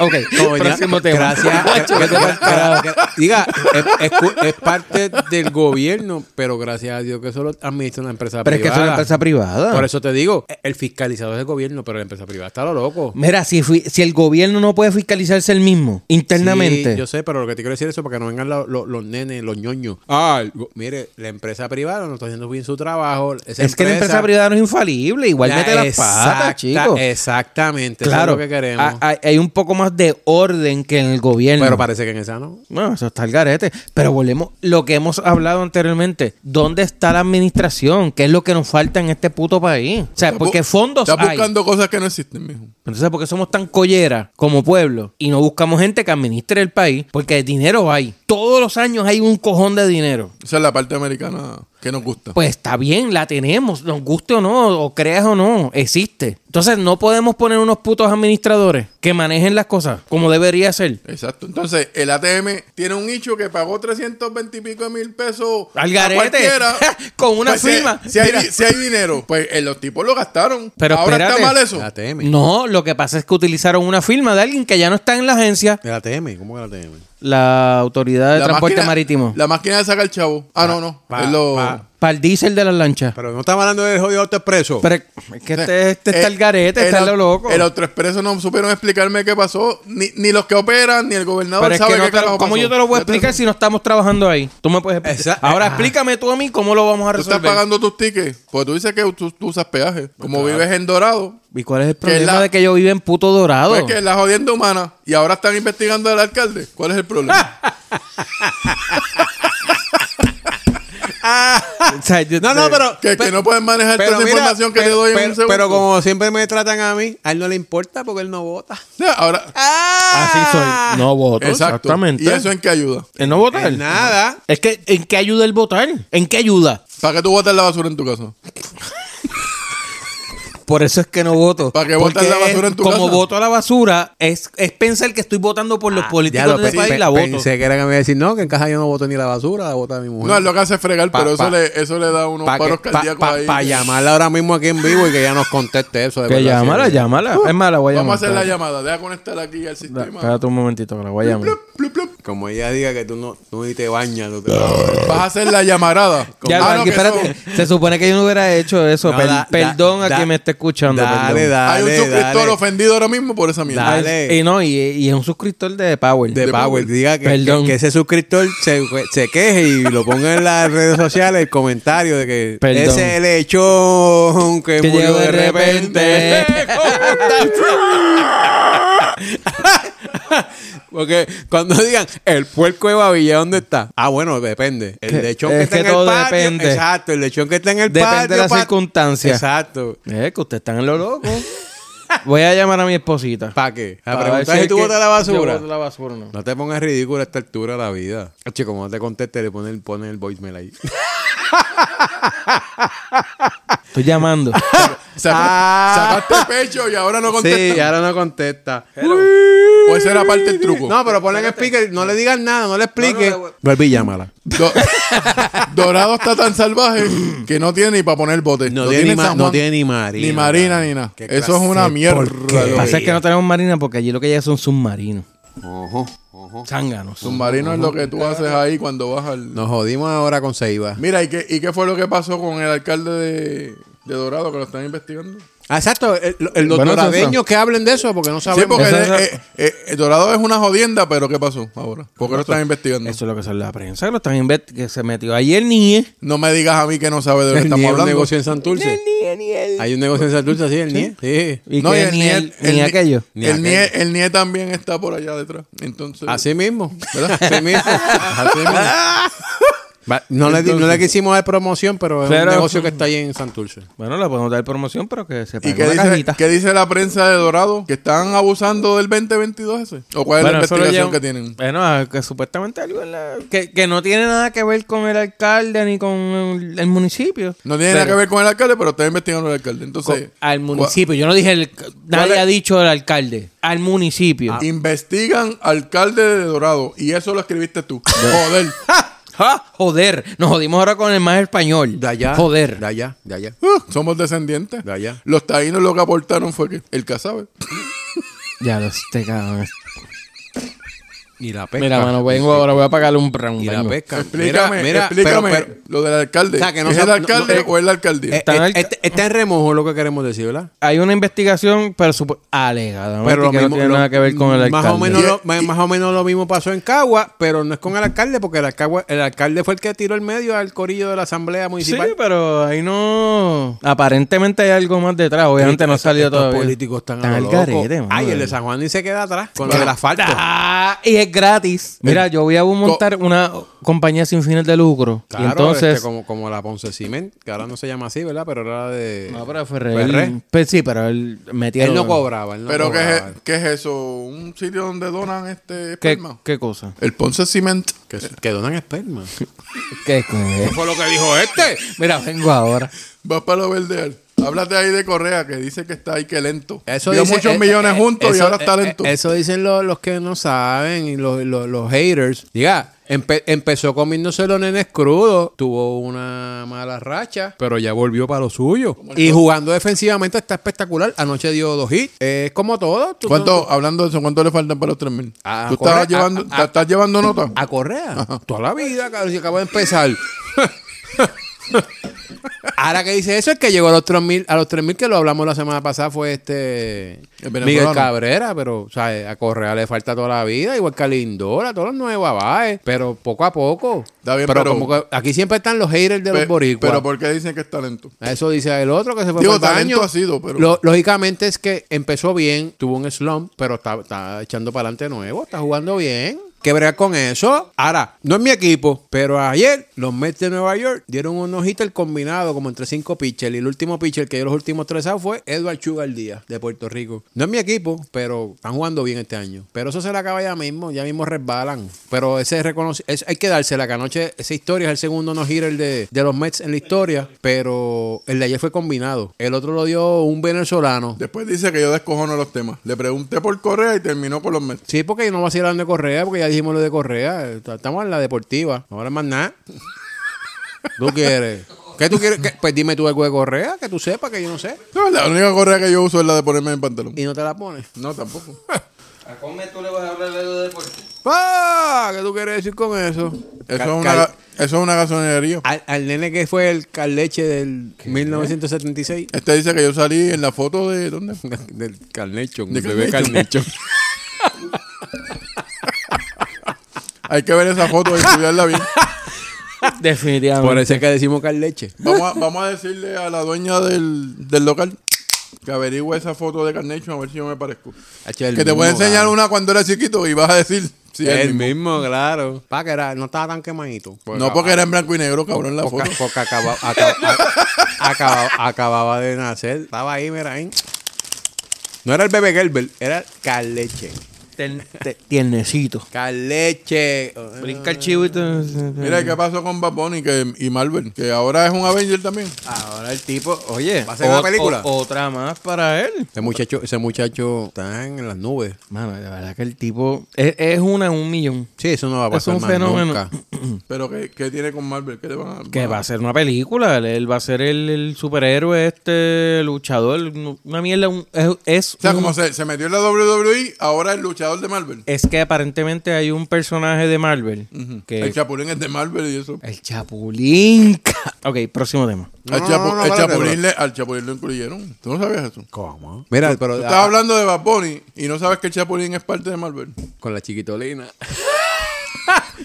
Speaker 2: Ok,
Speaker 3: Coño,
Speaker 2: próximo tema.
Speaker 3: Gracias. gra- que te fue el carajo, que- Diga, es, es cu- es parte del gobierno, pero gracias a Dios que eso lo administra una empresa
Speaker 2: Pero es que
Speaker 3: privada.
Speaker 2: es una empresa privada.
Speaker 3: Por eso te digo, el fiscalizador es el gobierno, pero la empresa privada está lo loco.
Speaker 2: Mira, si, fui- si el gobierno no puede fiscalizarse el mismo internamente.
Speaker 3: Sí, yo sé, pero lo que te quiero decir es eso para que no vengan lo- lo- los nenes, los ñoños. Ah, el go- mire, la empresa privada no está haciendo bien su trabajo.
Speaker 2: es que la empresa privada no es infalible. Igual mete las patas, chicos.
Speaker 3: Exactamente,
Speaker 2: Claro.
Speaker 3: claro. eso este, es lo que queremos.
Speaker 2: ha- hay- hay un poco más de orden que en el gobierno.
Speaker 3: pero parece que en esa no.
Speaker 2: Bueno, eso está el garete. Pero volvemos lo que hemos hablado anteriormente. ¿Dónde está la administración? ¿Qué es lo que nos falta en este puto país? O sea, porque fondos
Speaker 1: Estás
Speaker 2: hay.
Speaker 1: buscando cosas que no existen, mijo.
Speaker 2: Entonces, ¿por qué somos tan colleras como pueblo y no buscamos gente que administre el país? Porque dinero hay. Todos los años hay un cojón de dinero.
Speaker 1: Esa es la parte americana que nos gusta.
Speaker 2: Pues está bien, la tenemos, nos guste o no, o creas o no, existe. Entonces, no podemos poner unos putos administradores que manejen las cosas como debería ser.
Speaker 1: Exacto. Entonces, el ATM tiene un nicho que pagó 320 y pico de mil pesos
Speaker 2: Al
Speaker 1: a
Speaker 2: garete.
Speaker 1: cualquiera.
Speaker 2: Con una
Speaker 1: Pues, si-
Speaker 2: firma.
Speaker 1: Si hay,
Speaker 2: Mira.
Speaker 1: di- si hay dinero, pues eh, los tipos lo gastaron.
Speaker 2: Pero
Speaker 1: Ahora
Speaker 2: espérate.
Speaker 1: está mal eso.
Speaker 3: La TM.
Speaker 2: No, lo que pasa es que utilizaron una firma de alguien que ya no está en la agencia,
Speaker 3: La TM, ¿cómo que la TM?
Speaker 2: la Autoridad de Transporte
Speaker 1: máquina-
Speaker 2: Marítimo.
Speaker 1: La máquina de sacar chavo. Ah, no, no.
Speaker 3: pa-
Speaker 1: Es lo-
Speaker 3: pa-
Speaker 2: Para el diésel de las lanchas.
Speaker 3: Pero no estamos hablando del jodido autoexpreso.
Speaker 2: Pero es que este, este está
Speaker 1: Eh,
Speaker 2: el garete, está lo
Speaker 1: au-
Speaker 2: loco.
Speaker 1: El autoexpreso no supieron explicarme qué pasó. Ni, ni los que operan, ni el gobernador
Speaker 2: Pero es
Speaker 1: sabe
Speaker 2: que no
Speaker 1: qué
Speaker 2: te lo-
Speaker 1: carajo
Speaker 2: ¿Cómo
Speaker 1: pasó.
Speaker 2: yo te lo voy a
Speaker 1: Ya
Speaker 2: explicar si no estamos trabajando ahí? Tú me puedes explicar.
Speaker 3: Exacto.
Speaker 2: Ahora explícame tú a mí cómo lo vamos a
Speaker 1: Tú
Speaker 2: resolver.
Speaker 1: estás pagando tus tickets. Porque tú dices que tú, tú usas peaje. Como vives en Dorado,
Speaker 2: ¿Y cuál es el
Speaker 1: es
Speaker 2: problema
Speaker 1: la-
Speaker 2: de que yo vivo en puto
Speaker 3: Oh.
Speaker 2: dorado?
Speaker 1: pues que es la jodienda humana. Y ahora están investigando al alcalde. ¿Cuál es el
Speaker 3: Ah,
Speaker 1: problema?
Speaker 2: O sea, yo-
Speaker 3: no, no, pero.
Speaker 1: que, que no pueden manejar
Speaker 3: pero
Speaker 1: toda esa
Speaker 3: mira,
Speaker 1: información que
Speaker 3: pero-
Speaker 1: te doy en
Speaker 3: pero-
Speaker 1: un segundo.
Speaker 3: Pero como siempre me tratan a mí, a él no le importa porque él no vota.
Speaker 1: Ya, Ahora,
Speaker 2: Así soy. No voto.
Speaker 1: Ah. exacto.
Speaker 2: Exactamente.
Speaker 1: ¿Y eso en qué ayuda?
Speaker 2: ¿El no votar?
Speaker 3: En nada.
Speaker 2: Es que, ¿en qué ayuda el votar? ¿En qué ayuda?
Speaker 1: ¿Para que tú botas la basura en tu casa?
Speaker 2: Por eso es que no voto.
Speaker 1: Para que
Speaker 2: Porque
Speaker 1: botas la
Speaker 2: es-
Speaker 1: basura en tu
Speaker 2: Como
Speaker 1: casa.
Speaker 2: voto a la basura, es, es pensar que estoy votando por los políticos
Speaker 3: Ya lo
Speaker 2: de este
Speaker 3: Ah,
Speaker 2: país
Speaker 3: pe-
Speaker 2: y
Speaker 3: pe-
Speaker 2: la voto.
Speaker 3: Pensé que era que me iba a decir, no, que en casa yo no voto ni la basura, la vota mi mujer.
Speaker 1: No, es lo que hace es fregar,
Speaker 3: Pa-
Speaker 1: pero eso,
Speaker 3: pa-
Speaker 1: le, eso le da unos
Speaker 3: para
Speaker 1: paros cardíacos ahí.
Speaker 3: llamarla ahora mismo aquí en vivo y que ya nos conteste eso. de
Speaker 2: Que
Speaker 3: verdad,
Speaker 2: llámala,
Speaker 3: sí.
Speaker 2: llámala. es mala, voy a
Speaker 1: Vamos a
Speaker 2: llamar.
Speaker 1: hacer la llamada. Deja conectar aquí al
Speaker 2: Da-
Speaker 1: sistema.
Speaker 2: Espérate un momentito, que la voy a llamar.
Speaker 1: Plup, plup, plup.
Speaker 3: Como ella diga que tú no tú ni te bañas. tú te-
Speaker 1: Vas a hacer la llamarada.
Speaker 2: Ya,
Speaker 1: Ah, no,
Speaker 2: que
Speaker 1: que
Speaker 2: espérate.
Speaker 1: eso-
Speaker 2: Se supone que yo no hubiera hecho eso.
Speaker 3: No,
Speaker 2: Per-
Speaker 3: da-
Speaker 2: perdón
Speaker 3: da-
Speaker 2: a
Speaker 3: da-
Speaker 2: quien me esté escuchando.
Speaker 3: Dale,
Speaker 2: perdón.
Speaker 1: Hay un
Speaker 3: dale,
Speaker 1: suscriptor
Speaker 3: dale.
Speaker 1: ofendido ahora mismo por esa mierda.
Speaker 3: Dale.
Speaker 2: Y no, y, y es un suscriptor de Power.
Speaker 3: De, Power. Diga que,
Speaker 2: Perdón.
Speaker 3: que- que ese suscriptor se, se queje y lo ponga en las redes sociales el comentario de que
Speaker 2: Perdón.
Speaker 3: ese lechón que,
Speaker 2: Que
Speaker 3: murió
Speaker 2: llegó
Speaker 3: de
Speaker 2: de repente.
Speaker 3: repente. Porque cuando digan el puerco de Babilla, ¿dónde está? Ah, bueno, depende. El lechón que
Speaker 2: es
Speaker 3: está
Speaker 2: que
Speaker 3: en el
Speaker 2: todo
Speaker 3: patio.
Speaker 2: depende.
Speaker 3: Exacto, el lechón que está en el
Speaker 2: Depende
Speaker 3: patio.
Speaker 2: de la
Speaker 3: pa-
Speaker 2: circunstancia.
Speaker 3: Exacto.
Speaker 2: Es Eh, que ustedes están en lo loco. Voy a llamar a mi esposita.
Speaker 3: ¿Para qué?
Speaker 2: Para
Speaker 3: La
Speaker 2: ver
Speaker 3: pregunta es si
Speaker 2: es
Speaker 3: tú
Speaker 2: que
Speaker 3: botas la
Speaker 2: Yo
Speaker 3: basura.
Speaker 2: boto la basura, no.
Speaker 3: No te pongas ridículo a esta altura de la vida. Che, como no te conteste, le ponen, ponen el voicemail ahí.
Speaker 2: Estoy llamando.
Speaker 1: Saca-
Speaker 3: Ah.
Speaker 1: Sacaste pecho y ahora no contestas.
Speaker 3: sí, ahora no contesta.
Speaker 1: O esa era parte del truco.
Speaker 3: No, pero ponle en speaker, no le digas nada, no le expliques.
Speaker 2: No, no, no, no.
Speaker 3: Vuelve y llámala.
Speaker 1: Do- Dorado está tan salvaje que no tiene ni para poner bote.
Speaker 3: No tiene ni ma-
Speaker 1: San
Speaker 3: no
Speaker 1: Juan,
Speaker 3: tiene ni marina.
Speaker 1: Ni marina ni nada.
Speaker 3: Qué
Speaker 1: Eso es
Speaker 3: clase
Speaker 1: una
Speaker 3: de
Speaker 1: mierda.
Speaker 3: porquería.
Speaker 1: loco.
Speaker 2: Pasa es que no tenemos marina porque allí lo que hay son submarinos. Zánganos.
Speaker 1: Submarino es lo que tú haces ahí cuando vas al.
Speaker 3: Nos jodimos ahora con Ceiba.
Speaker 1: Mira, ¿y qué, ¿y qué fue lo que pasó con el alcalde de, de Dorado que lo están investigando?
Speaker 3: Ah, exacto, el- el- los
Speaker 2: Bueno, eso-
Speaker 3: doradeños que hablen de eso porque no
Speaker 1: Sí,
Speaker 3: saben.
Speaker 1: porque
Speaker 2: Eso
Speaker 1: el-
Speaker 2: es-
Speaker 1: eh, eh, eh, Dorado es una jodienda, pero ¿qué pasó ahora? ¿Por qué lo están investigando?
Speaker 2: Eso es lo que sale en la prensa, que lo están invet- que se metió ayer NIE.
Speaker 1: No me digas a mí que no sabe de lo que
Speaker 3: Ni
Speaker 1: estamos
Speaker 3: hay un
Speaker 1: hablando.
Speaker 3: negocio en Santurce. Hay un negocio en Santurce, sí, el NIE. Sí.
Speaker 2: Y
Speaker 1: No,
Speaker 2: que
Speaker 1: el
Speaker 2: ni,
Speaker 1: NIE-
Speaker 2: el-
Speaker 1: el
Speaker 2: ni
Speaker 1: NIE-
Speaker 2: aquello. Eh,
Speaker 3: Ni
Speaker 1: el, NIE,
Speaker 3: aquello.
Speaker 1: el NIE también está por allá detrás. Entonces,
Speaker 3: Así mismo.
Speaker 1: ¿verdad?
Speaker 3: Así mismo. Así mismo. Va, No le, di- no le quisimos dar promoción, pero es
Speaker 2: Pero-
Speaker 3: un negocio que está ahí en Santurce.
Speaker 2: Bueno, le podemos dar promoción, pero que se
Speaker 1: ¿Y
Speaker 2: pague
Speaker 1: qué
Speaker 2: una
Speaker 1: dice,
Speaker 2: cajita.
Speaker 1: qué dice la prensa de Dorado? ¿Que están abusando del 2022 ese? ¿O cuál es la
Speaker 2: Bueno, eso lo
Speaker 1: investigación
Speaker 2: llevan-
Speaker 1: que tienen?
Speaker 2: Bueno, ah, que supuestamente algo en la- que, que no tiene nada que ver con el alcalde ni con el, el municipio.
Speaker 1: No tiene nada que ver con el alcalde, pero están investigando al alcalde. Entonces,
Speaker 2: Al municipio. Yo no dije, el- nadie
Speaker 1: es?
Speaker 2: ha dicho el alcalde. Al municipio.
Speaker 1: cua- investigan alcalde de Dorado. Y eso lo escribiste tú. Joder.
Speaker 2: ¡Ja! ¡Ja! Joder. Nos jodimos ahora con el más español.
Speaker 3: De allá.
Speaker 2: Joder.
Speaker 3: De allá, de allá.
Speaker 1: Uh, somos descendientes.
Speaker 3: De allá.
Speaker 1: Los taínos lo que aportaron fue que el cazabe.
Speaker 2: Ya los te cabrón.
Speaker 3: Y la pesca.
Speaker 2: Mira, mano, vengo ahora, voy a pagarle un round.
Speaker 3: Y la
Speaker 2: vengo.
Speaker 3: pesca.
Speaker 1: Explícame,
Speaker 3: Mira, mira,
Speaker 1: explícame
Speaker 3: pero- pero-
Speaker 1: lo del alcalde.
Speaker 3: O sea, que no
Speaker 1: ¿Es
Speaker 3: sea-
Speaker 1: el alcalde
Speaker 3: no- no-
Speaker 1: o es la alcaldía?
Speaker 3: eh,
Speaker 2: Está en
Speaker 3: eh,
Speaker 2: el-
Speaker 3: este- está en remojo lo que queremos decir, ¿verdad?
Speaker 2: Hay una investigación, pero supo- alegada.
Speaker 3: Pero lo
Speaker 2: que
Speaker 3: mismo,
Speaker 2: no tiene
Speaker 3: lo-
Speaker 2: nada que ver con el alcalde.
Speaker 3: más o, menos
Speaker 1: Y-
Speaker 3: lo, más, más o menos lo mismo pasó en Cagua, pero no es con el alcalde, porque el alcalde, el alcalde fue el que tiró el medio al corillo de la asamblea
Speaker 2: Sí,
Speaker 3: municipal.
Speaker 2: pero ahí no. Aparentemente hay algo más detrás. Obviamente no ha salido
Speaker 3: Estos
Speaker 2: todavía.
Speaker 3: políticos están a
Speaker 2: al
Speaker 3: lo loco.
Speaker 2: garete, mano.
Speaker 3: Ay, el de San Juan ni se queda atrás con lo del asfalto.
Speaker 2: Ah, y es gratis. Mira, yo voy a montar una compañía sin fines de lucro.
Speaker 3: Claro,
Speaker 2: y entonces.
Speaker 3: este, como, como la Ponce Ciment, que ahora no se llama así, ¿verdad? Pero era de...
Speaker 2: No, Ah, pero Ferrer.
Speaker 3: Ferrer.
Speaker 2: Pues sí, pero él metía.
Speaker 3: Él no
Speaker 2: lo-
Speaker 3: cobraba, él no
Speaker 1: ¿Pero ¿qué
Speaker 3: cobraba.
Speaker 1: es, e-, qué es eso? ¿Un sitio donde donan este
Speaker 2: ¿Qué,
Speaker 1: esperma?
Speaker 2: ¿Qué cosa?
Speaker 1: El Ponce Cement.
Speaker 3: Que, que donan esperma.
Speaker 2: ¿Qué
Speaker 3: fue lo que dijo este?
Speaker 2: Mira, vengo ahora.
Speaker 1: Vas para lo verdeal. Háblate ahí de Correa, que dice que está ahí que lento.
Speaker 3: Eso
Speaker 1: Vio
Speaker 3: dice-
Speaker 1: muchos
Speaker 3: eh,
Speaker 1: millones
Speaker 3: eh,
Speaker 1: juntos y
Speaker 3: eso-
Speaker 1: ahora está
Speaker 3: eh,
Speaker 1: lento.
Speaker 3: eh, Eso dicen lo- los que no saben y los, los- los haters. Diga, empe- empezó comiéndose los nenes crudos, tuvo una mala racha, pero ya volvió para lo suyo. Y jugando defensivamente está espectacular. Anoche dio dos hits. Eh, Es como todo. Tú-
Speaker 1: ¿Cuánto, hablando de eso, ¿cuánto le faltan para los 3.000?
Speaker 3: Ah,
Speaker 1: ¿Tú estabas
Speaker 3: Correa,
Speaker 1: llevando,
Speaker 3: ah,
Speaker 1: te
Speaker 3: ah.
Speaker 1: estás llevando nota?
Speaker 3: A Correa. Toda la vida, cabrón. Si acaba de empezar. Ahora que dice eso, el que llegó a los 3000, a los 3000 que lo hablamos la semana pasada fue este
Speaker 1: El venezolano.
Speaker 3: Miguel Cabrera, pero o sea, a Correa le falta toda la vida, igual que a Lindora, a todos los nuevos abaes, pero poco a poco.
Speaker 1: Está bien,
Speaker 3: pero,
Speaker 1: pero-
Speaker 3: como que aquí siempre están los haters de
Speaker 1: Pe-
Speaker 3: los boricuas.
Speaker 1: Pero ¿por qué dicen que está lento?
Speaker 3: Eso dice el otro que se fue
Speaker 1: Digo,
Speaker 3: por el
Speaker 1: talento
Speaker 3: baño.
Speaker 1: ha sido, pero-
Speaker 3: Lo- lógicamente es que empezó bien, tuvo un slump, pero está, está echando para adelante nuevo, está jugando bien. Que bregar con eso. Ahora, no es mi equipo, pero ayer los Mets de Nueva York dieron unos hitters combinados como entre cinco pitchers. Y el último pitcher que dio los últimos tres outs fue Edward Sugar Díaz de Puerto Rico. No es mi equipo, pero están jugando bien este año. Pero eso se le acaba ya mismo, ya mismo resbalan. Pero ese reconoce, es- hay que dársela que anoche esa historia es el segundo no hitter de, de los Mets en la historia. Pero el de ayer fue combinado. El otro lo dio un venezolano.
Speaker 1: Después dice que yo descojono los temas. Le pregunté por Correa y terminó con los Mets.
Speaker 3: Sí, porque no va a seguir hablando de Correa, porque ya dijimos lo de Correa. Est- Estamos en la deportiva. No hablan más nada. ¿Tú quieres? ¿Qué tú quieres? ¿Qué? Pues dime tú algo de Correa, que tú sepas, que yo no sé.
Speaker 1: No, la única Correa que yo uso es la de ponerme en pantalón.
Speaker 3: Y no te la pones.
Speaker 1: No, tampoco.
Speaker 2: ¿A cómo tú le vas a hablar de deporte?
Speaker 3: ¡Ah! ¿Qué tú quieres decir con eso?
Speaker 1: Eso,
Speaker 3: Cal-
Speaker 1: es una,
Speaker 3: cal-
Speaker 1: eso es una gasolinería.
Speaker 3: Al, al nene que fue el carleche del 1976.
Speaker 1: Este dice que yo salí en la foto de. ¿Dónde? fue?
Speaker 3: del carnechón,
Speaker 1: De
Speaker 3: bebé carnechón.
Speaker 1: Hay que ver esa foto y estudiarla bien.
Speaker 2: Definitivamente.
Speaker 3: Por eso es que decimos carleche.
Speaker 1: Vamos a, vamos a decirle a la dueña del, del local que averigüe esa foto de Carnation a ver si yo me parezco. Que te voy a enseñar una cuando era chiquito y vas a decir si es el
Speaker 3: el
Speaker 1: mismo.
Speaker 3: mismo, claro. Pa, que era, no estaba tan quemadito. Pues
Speaker 1: No porque era en blanco y negro, cabrón, la
Speaker 3: Porque,
Speaker 1: foto.
Speaker 3: porque acaba- acaba- a- acaba- acababa de nacer. Estaba ahí, mira ahí. No era el bebé Gerber, era el carleche.
Speaker 2: Ten- te- tiernecito.
Speaker 3: Carleche.
Speaker 2: Brinca el chivo y te-
Speaker 1: Mira, ¿y ¿qué pasó con Bad Bunny que, y Marvel? Que ahora es un Avenger también.
Speaker 3: Ahora el tipo.
Speaker 2: Oye,
Speaker 3: ¿Va a ser una
Speaker 2: o-
Speaker 3: película?
Speaker 2: o- otra más para él.
Speaker 3: Ese muchacho, ese muchacho está en las nubes.
Speaker 2: Mano, de verdad que el tipo es, es una en un millón.
Speaker 3: Sí, eso no va a
Speaker 2: Es
Speaker 3: pasar
Speaker 2: un
Speaker 3: más
Speaker 2: fenómeno.
Speaker 3: nunca.
Speaker 1: Pero ¿qué, qué tiene con Marvel? ¿Qué le van a
Speaker 2: Que va a ser una película. Él, él va a ser el, el superhéroe, este luchador. Una mierda. un- es es
Speaker 1: O sea,
Speaker 2: un-
Speaker 1: como se, se metió en la WWE, ahora el luchador de Marvel.
Speaker 2: es que aparentemente hay un personaje de Marvel que.
Speaker 1: El Chapulín es de Marvel y eso.
Speaker 2: El Chapulín. ca- Ok, próximo tema.
Speaker 3: No,
Speaker 1: al,
Speaker 3: no,
Speaker 1: Chapu-
Speaker 3: no, no,
Speaker 1: el
Speaker 3: espérate,
Speaker 1: Chapulín
Speaker 3: pero-
Speaker 1: le, al Chapulín lo incluyeron. ¿Tú no sabías eso?
Speaker 3: ¿Cómo? Mira, pero ah,
Speaker 1: Tú estás hablando de Bad Bunny y no sabes que el Chapulín es parte de Marvel.
Speaker 3: con la chiquitolina.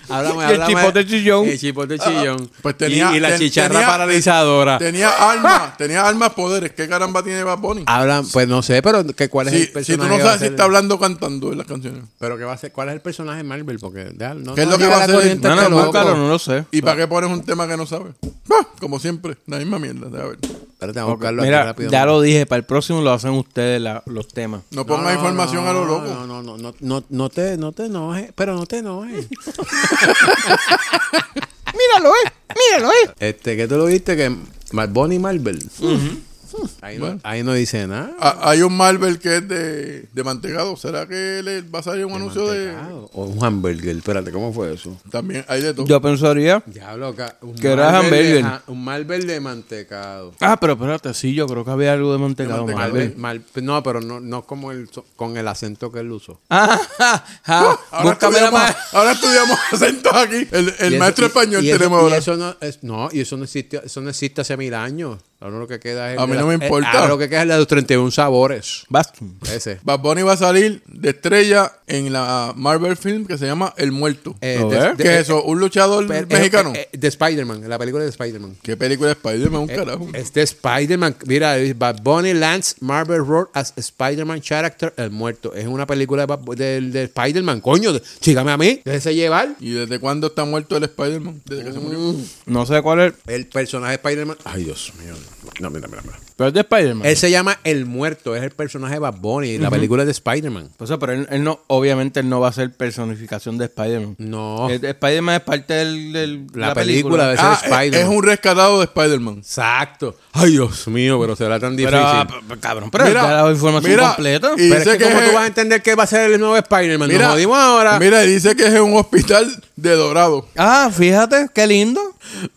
Speaker 3: háblame,
Speaker 2: Y el chipote chillón.
Speaker 3: El chipote chillón.
Speaker 1: Pues tenía-
Speaker 3: y, y la
Speaker 1: ten-
Speaker 3: chicharra
Speaker 1: tenía-
Speaker 3: paralizadora.
Speaker 1: Tenía alma, tenía alma poderes. ¿Qué caramba tiene Bad Bunny?
Speaker 3: Hablan, pues no sé, pero que cuál es
Speaker 1: Si,
Speaker 3: el
Speaker 1: si tú
Speaker 3: personaje.
Speaker 1: no
Speaker 3: que va a
Speaker 1: sabes si
Speaker 3: ser-
Speaker 1: está hablando o cantando en las canciones.
Speaker 3: Pero que va a ser, ¿cuál es el personaje de Marvel? Porque ya, no,
Speaker 1: ¿Qué es
Speaker 3: no
Speaker 1: lo que va
Speaker 3: llega
Speaker 1: a
Speaker 3: la
Speaker 1: hacer?
Speaker 3: corriente
Speaker 2: No,
Speaker 3: este
Speaker 2: no,
Speaker 3: loco.
Speaker 2: búscalo, no lo sé.
Speaker 3: Ah.
Speaker 1: ¿Y para qué pones un tema que no sabes? Ah, como siempre, la misma mierda. a ver.
Speaker 3: Espérate, vamos a buscarlo aquí
Speaker 2: Mira,
Speaker 3: rápido.
Speaker 2: ya lo dije, para el próximo lo hacen ustedes la- los temas.
Speaker 1: No
Speaker 3: No,
Speaker 1: pongas
Speaker 3: no,
Speaker 1: información
Speaker 3: no,
Speaker 1: a lo
Speaker 3: no,
Speaker 1: loco.
Speaker 3: No, no, no, no, no, no te, no te enojes, pero no te enojes.
Speaker 2: Míralo, eh. Míralo, eh.
Speaker 3: este, que tú lo viste que Mad Bunny y Marvel. ahí, no, ahí no dice nada.
Speaker 1: Ah, hay un Marvel que es de, de mantegado. ¿Será que le va a salir un anuncio de.?
Speaker 3: Mantecado. O un hamburger, espérate, ¿cómo fue eso?
Speaker 1: También hay de todo.
Speaker 2: Yo pensaría.
Speaker 3: Diablo, ca- un
Speaker 2: Que era
Speaker 3: Marvel de
Speaker 2: hamburger.
Speaker 3: ja- un Marvel de mantecado.
Speaker 2: Ah, pero espérate, sí, yo creo que había algo de mantecado.
Speaker 3: Mantecado,
Speaker 2: Marvel.
Speaker 3: mal- no, pero no, no como el, so- con el acento que él usó.
Speaker 2: Ah, ah, ah.
Speaker 1: Uh, Ahora
Speaker 2: Búscame la
Speaker 1: estudiamos,
Speaker 2: más.
Speaker 1: ahora estudiamos acentos aquí. El, el
Speaker 3: Y eso-
Speaker 1: maestro
Speaker 3: y-
Speaker 1: español
Speaker 3: y eso-
Speaker 1: tenemos
Speaker 3: y
Speaker 1: ahora.
Speaker 3: eso no, es- no, y eso no existe, eso no existe hace mil años. Ahora lo que queda es.
Speaker 1: A mí no me
Speaker 3: eh,
Speaker 1: importa.
Speaker 3: ahora lo que queda es la de los 31 sabores.
Speaker 2: Basta.
Speaker 3: Ese.
Speaker 1: Bad Bunny va a salir de estrella en la Marvel film que se llama El Muerto.
Speaker 3: Eh,
Speaker 2: A
Speaker 3: de-
Speaker 2: ver.
Speaker 3: de-
Speaker 1: ¿Qué es eso? ¿Un luchador
Speaker 3: eh, eh,
Speaker 1: mexicano?
Speaker 3: eh, eh, de Spider-Man, la película de Spider-Man.
Speaker 1: ¿Qué película de Spider-Man? Un
Speaker 3: Eh,
Speaker 1: carajo.
Speaker 3: Es de Spider-Man. Mira, es Bad Bunny Lance Marvel Road as Spider-Man Character El Muerto. Es una película de, Bad- del- de Spider-Man. Coño, de- sígame a mí. Déjese llevar.
Speaker 1: ¿Y desde cuándo está muerto el Spider-Man? Desde que se murió.
Speaker 3: Mm,
Speaker 2: No sé cuál es.
Speaker 3: El personaje de Spider-Man. Ay, Dios mío. No, mira, mira, mira.
Speaker 2: Pero es de Spider-Man.
Speaker 3: Él se llama El Muerto. Es el personaje de Bad Bunny. La película es de Spider-Man.
Speaker 2: Pues, pero él, él no, obviamente él no va a ser personificación de Spider-Man.
Speaker 3: No.
Speaker 2: Eh, Spider-man es parte del, del-
Speaker 3: La película de- Ese
Speaker 1: Ah,
Speaker 3: es
Speaker 1: es-
Speaker 3: Spider-Man.
Speaker 1: es un rescatado de Spider-Man.
Speaker 3: Exacto. Ay, Dios mío, pero será tan difícil.
Speaker 2: Pero, ah, p- p- cabrón, pero él
Speaker 1: Mira,
Speaker 2: te ha dado información
Speaker 1: mira,
Speaker 2: completa.
Speaker 1: y-
Speaker 3: Pero es
Speaker 1: dice que
Speaker 3: que, ¿cómo
Speaker 1: es-
Speaker 3: tú vas a entender que va a ser el nuevo Spider-Man? Nos jodimos ahora.
Speaker 1: mira, dice que es en un hospital de Dorado.
Speaker 2: Ah, fíjate, qué lindo.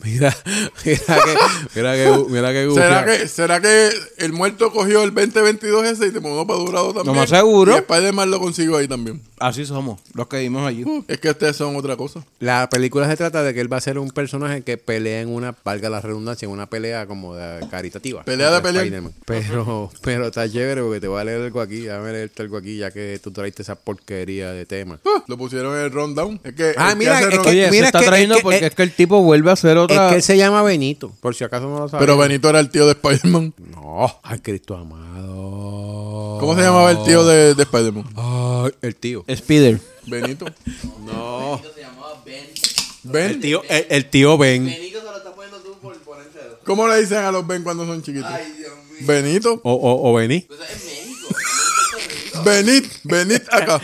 Speaker 3: Mira, mira que, mira que, mira que
Speaker 1: ¿Será
Speaker 3: gufia.
Speaker 1: que, ¿Será que el muerto cogió el 2022 ese y te mudó para Dorado también?
Speaker 2: más seguro.
Speaker 1: Y Spider-Man lo consiguió ahí también.
Speaker 2: Así somos, los que vivimos allí.
Speaker 3: Mm,
Speaker 1: Es que ustedes son otra cosa.
Speaker 3: La película se trata de que él va a ser un personaje que pelea en una, valga la redundancia, en una pelea como de caritativa.
Speaker 1: Pelea de
Speaker 3: Contra
Speaker 1: pelea.
Speaker 3: Spider-Man. Pero, pero está chévere porque te voy a leer algo aquí, déjame leerte algo aquí, ya que tú traiste esa porquería de tema.
Speaker 1: Ah, Lo pusieron en el rundown. Es que,
Speaker 3: Ah,
Speaker 1: el que
Speaker 3: mira,
Speaker 1: hace
Speaker 3: es que-
Speaker 1: rundown-
Speaker 2: Oye, se
Speaker 3: mira,
Speaker 2: está
Speaker 3: es que-
Speaker 2: trayendo
Speaker 3: es que-
Speaker 2: porque
Speaker 3: es-
Speaker 2: es que el tipo vuelve a hacer otra.
Speaker 3: Es que él se llama Benito, por si acaso no lo sabes.
Speaker 1: Pero Benito era el tío de Spider-Man.
Speaker 3: No, ay, Cristo amado.
Speaker 1: ¿Cómo se llamaba el tío de, de Spider-Man?
Speaker 3: Ay, el tío.
Speaker 2: Spider.
Speaker 1: Benito.
Speaker 3: No.
Speaker 4: se llamaba Ben.
Speaker 1: Ben.
Speaker 3: El tío, el, el tío Ben.
Speaker 4: Benito se lo está poniendo tú por ponerte dedo.
Speaker 1: ¿Cómo le dicen a los Ben cuando son chiquitos?
Speaker 4: Ay, Dios mío.
Speaker 1: Benito.
Speaker 3: O, o, o Bení.
Speaker 4: Pues es México. no en Puerto Rico.
Speaker 1: Venid, venid acá.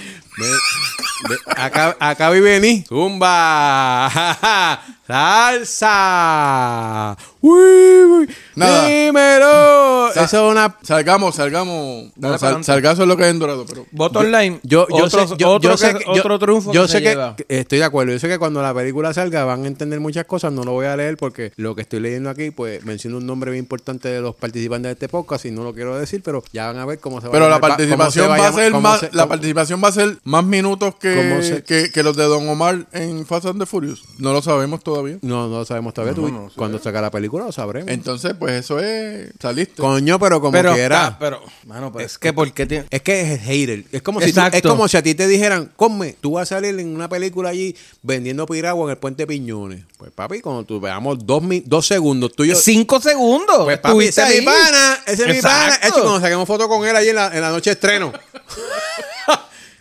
Speaker 3: acá, acá vi Bení. Zumba. Salsa. Uy, uy.
Speaker 1: Nada.
Speaker 3: Dímelo.
Speaker 1: Sa-
Speaker 3: Eso es una.
Speaker 1: Salgamos, salgamos.
Speaker 2: Dale
Speaker 1: No,
Speaker 2: para
Speaker 1: sal-
Speaker 2: adelante.
Speaker 1: salgazo es lo que es en Dorado, pero.
Speaker 2: Bottom line.
Speaker 3: Yo, yo
Speaker 2: otro,
Speaker 3: sé, yo-
Speaker 2: otro
Speaker 3: yo sé
Speaker 2: que-
Speaker 3: que- yo-
Speaker 2: otro triunfo.
Speaker 3: yo
Speaker 2: que
Speaker 3: sé
Speaker 2: se
Speaker 3: que
Speaker 2: lleva.
Speaker 3: que estoy de acuerdo. Yo sé que cuando la película salga van a entender muchas cosas. No lo voy a leer porque lo que estoy leyendo aquí, pues menciona un nombre bien importante de los participantes de este podcast y no lo quiero decir, pero ya van a ver cómo se va
Speaker 1: Pero
Speaker 3: a
Speaker 1: la
Speaker 3: llamar- cómo se
Speaker 1: participación va a
Speaker 3: llamar-
Speaker 1: ser
Speaker 3: cómo
Speaker 1: más,
Speaker 3: se-
Speaker 1: la
Speaker 3: cómo-
Speaker 1: participación va a ser más minutos que
Speaker 3: ¿Cómo
Speaker 1: que,
Speaker 3: se-
Speaker 1: que, que los de Don Omar en Fast and the Furious? No lo sabemos todavía.
Speaker 3: No, no lo sabemos todavía. Tú-
Speaker 1: no lo sé.
Speaker 3: cuando saca la película lo sabremos.
Speaker 1: Entonces, pues eso es. Saliste.
Speaker 3: Coño, pero como
Speaker 2: Pero,
Speaker 3: quiera.
Speaker 2: ah, pero, mano, pero es que ¿por qué tiene?
Speaker 3: Es que es hater. Es como, si tú-
Speaker 2: Exacto.
Speaker 3: es como si a ti te dijeran, come, tú vas a salir en una película allí vendiendo piragua en el puente Piñones. Pues papi, cuando tú veamos dos, mi- dos segundos tuyos.
Speaker 2: Cinco segundos.
Speaker 3: Pues papi,
Speaker 2: Estuviste
Speaker 3: ese es
Speaker 2: ahí.
Speaker 3: mi pana, ese es mi pana.
Speaker 2: Exacto.
Speaker 3: Hecho, cuando saquemos foto con él allí en la, en la noche de estreno.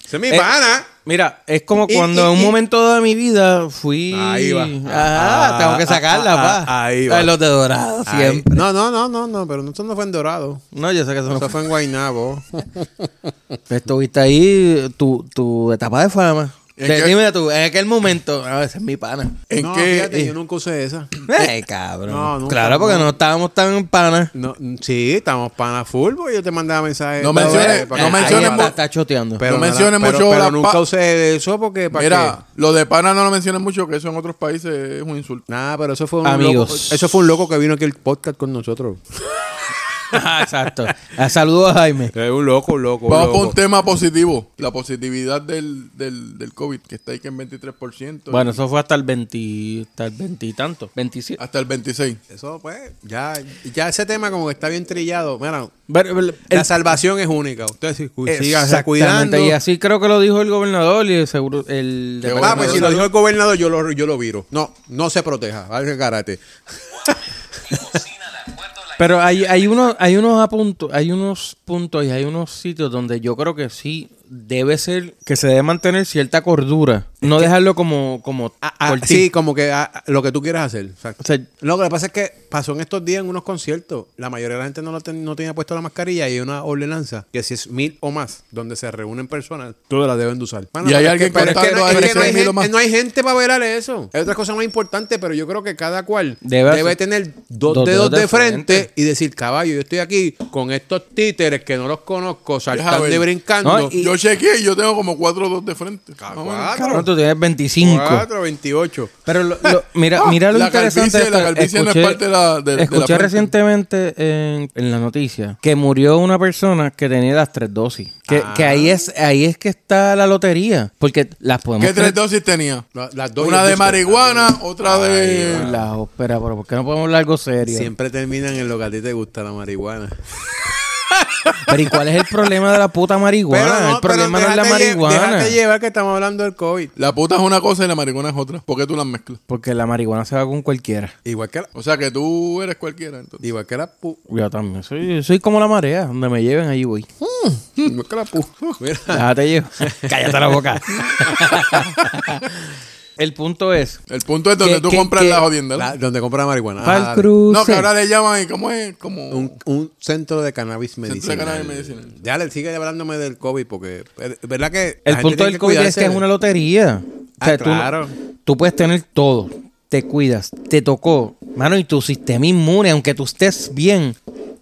Speaker 3: ese es mi
Speaker 2: Eh,
Speaker 3: pana.
Speaker 2: Mira, es como
Speaker 3: Y-
Speaker 2: cuando
Speaker 3: y-
Speaker 2: en un
Speaker 3: y-
Speaker 2: momento dado de mi vida fui.
Speaker 3: Ahí va.
Speaker 2: Ajá,
Speaker 3: Ah,
Speaker 2: tengo que sacarla,
Speaker 3: ah,
Speaker 2: pa.
Speaker 3: ah, ahí va.
Speaker 2: Ay, Los de dorado,
Speaker 3: Ay,
Speaker 2: siempre.
Speaker 3: No, no, no, no, no, pero eso no fue en Dorado.
Speaker 2: No, yo sé que eso no fue.
Speaker 3: Eso fue en Guaynabo.
Speaker 2: Estuviste ahí tu, tu etapa de fama.
Speaker 1: ¿En
Speaker 2: De-
Speaker 1: qué?
Speaker 2: Dime tú, en aquel momento. Ah, ese es mi pana.
Speaker 1: ¿En
Speaker 3: no,
Speaker 1: qué?
Speaker 3: fíjate, yo nunca usé esa.
Speaker 2: Ay, cabrón.
Speaker 3: no, nunca,
Speaker 2: claro, porque no. estábamos tan panas.
Speaker 3: No, sí, estamos pana full, porque yo te mandaba mensajes.
Speaker 1: No
Speaker 3: para
Speaker 1: menciones-
Speaker 3: ver, para
Speaker 1: no
Speaker 3: que-
Speaker 2: eh, Ahí
Speaker 1: menciones
Speaker 2: está,
Speaker 1: mu-
Speaker 2: está choteando.
Speaker 1: No
Speaker 3: nada,
Speaker 1: menciones
Speaker 3: pero-
Speaker 1: mucho
Speaker 3: pero
Speaker 1: la
Speaker 3: nunca
Speaker 1: pa-
Speaker 3: usé eso porque para
Speaker 1: Mira, lo de pana no lo menciones mucho, que eso en otros países es un insulto.
Speaker 3: qué? Nada, pero eso fue un
Speaker 2: Amigos.
Speaker 3: loco. Eso fue un loco que vino aquí al podcast con nosotros.
Speaker 2: Ah, Exacto. Ah, Saludos a Jaime.
Speaker 3: Es un loco, un loco.
Speaker 1: Vamos por un tema positivo. La positividad del, del, del COVID, que está ahí que en 23%. y
Speaker 2: Bueno, eso fue hasta el 20, hasta el 20 y tanto. 27.
Speaker 1: Hasta el 26.
Speaker 3: Eso pues, ya, ya ese tema como que está bien trillado. Mira,
Speaker 2: Pero, pero, el-
Speaker 3: la salvación es única. Ustedes sí, cu- síganse
Speaker 2: Exactamente,
Speaker 3: cuidando.
Speaker 2: Y así creo que lo dijo el gobernador y el seguro el
Speaker 1: Qué
Speaker 3: Ah, pues si lo
Speaker 1: Gobernador.
Speaker 3: dijo el gobernador, yo lo, yo lo viro. No, no se proteja. Al karate.
Speaker 2: Pero hay, hay unos hay unos apuntos, hay unos puntos y hay unos sitios donde yo creo que sí debe ser que se debe mantener cierta cordura, no dejarlo como como
Speaker 3: Ah,
Speaker 2: por ti.
Speaker 3: sí, como que ah, lo que tú quieras hacer. Exacto.
Speaker 2: O sea,
Speaker 3: Lo que pasa es que pasó en estos días en unos conciertos. La mayoría de la gente no, lo ten- no tenía puesto la mascarilla y hay una ordenanza que si es mil o más, donde se reúnen personas, todas las deben de usar. Mano,
Speaker 1: Y hay
Speaker 3: pero es
Speaker 1: alguien
Speaker 3: que- pero es que
Speaker 1: contando
Speaker 3: no-
Speaker 1: ahí
Speaker 3: es que
Speaker 1: que
Speaker 3: no
Speaker 1: son
Speaker 3: hay
Speaker 1: mil o
Speaker 3: gen-
Speaker 1: más.
Speaker 3: No hay gente para velar eso. Es otra cosa más importante, pero yo creo que cada cual
Speaker 2: Debe
Speaker 3: debe,
Speaker 2: hacer-
Speaker 3: tener dos,
Speaker 2: dos
Speaker 3: dedos,
Speaker 2: dedos de
Speaker 3: de frente,
Speaker 2: frente.
Speaker 3: y decir, caballo, yo estoy aquí con estos títeres que no los conozco, saltando
Speaker 1: ver.
Speaker 3: y brincando.
Speaker 2: No, y-
Speaker 1: Yo chequeé y yo tengo como 4 o 2 de frente. Más o menos.
Speaker 2: cabrón,
Speaker 3: Cuatro,
Speaker 2: tú tienes 25.
Speaker 3: cuatro, 28.
Speaker 2: Pero lo- lo- mira, mira lo
Speaker 1: Ah, la
Speaker 2: interesante.
Speaker 1: calvicie-
Speaker 2: de
Speaker 1: la
Speaker 2: esto.
Speaker 1: calvicie no es parte de la- de- de la
Speaker 2: escuché
Speaker 1: frente.
Speaker 2: recientemente en, en la noticia que murió una persona que tenía las tres dosis. Que,
Speaker 1: Ah.
Speaker 2: que ahí es ahí es que está la lotería. Porque las podemos
Speaker 1: ¿Qué tres dosis tenía?
Speaker 3: La- las dos
Speaker 1: Una
Speaker 3: y el
Speaker 1: de
Speaker 3: disco.
Speaker 1: marihuana, otra de.
Speaker 2: La ópera, pero ¿por qué no podemos hablar algo serio?
Speaker 3: Siempre terminan en lo que a ti te gusta, la marihuana.
Speaker 2: Pero ¿y cuál es el problema de la puta marihuana? el problema no es la
Speaker 3: déjate lle-
Speaker 2: marihuana.
Speaker 3: Déjate llevar que estamos hablando del COVID.
Speaker 1: La puta es una cosa y la marihuana es otra. ¿Por qué tú las mezclas?
Speaker 2: Porque la marihuana se va con cualquiera.
Speaker 3: Igual que la,
Speaker 1: O sea que tú eres cualquiera. Entonces.
Speaker 3: igual que la pu-
Speaker 2: Yo también. Soy, soy como la marea. Donde me lleven, ahí voy.
Speaker 3: igual que la pu- Mira,
Speaker 2: Déjate llevar. Cállate la boca. el punto es...
Speaker 1: El punto es donde
Speaker 2: ¿Qué-
Speaker 1: tú
Speaker 2: qué-
Speaker 1: compras
Speaker 2: qué-
Speaker 1: la jodienda. ¿no?
Speaker 3: la- donde compra marihuana.
Speaker 2: Pa'l
Speaker 3: dale.
Speaker 2: cruce.
Speaker 1: No, que ahora le llaman y cómo es, como
Speaker 3: Un, un centro de cannabis medicinal.
Speaker 1: Centro de cannabis medicinal.
Speaker 3: Ya le sigue hablándome del COVID porque eh, verdad que la
Speaker 2: El
Speaker 3: gente
Speaker 2: punto
Speaker 3: tiene
Speaker 2: del COVID es
Speaker 3: cuidarse
Speaker 2: que es
Speaker 3: de-
Speaker 2: una lotería. O sea,
Speaker 3: Ah,
Speaker 2: tú no-
Speaker 3: claro.
Speaker 2: Tú, puedes tener todo. Te cuidas. Te tocó. Mano, y tu sistema inmune, aunque tú estés bien,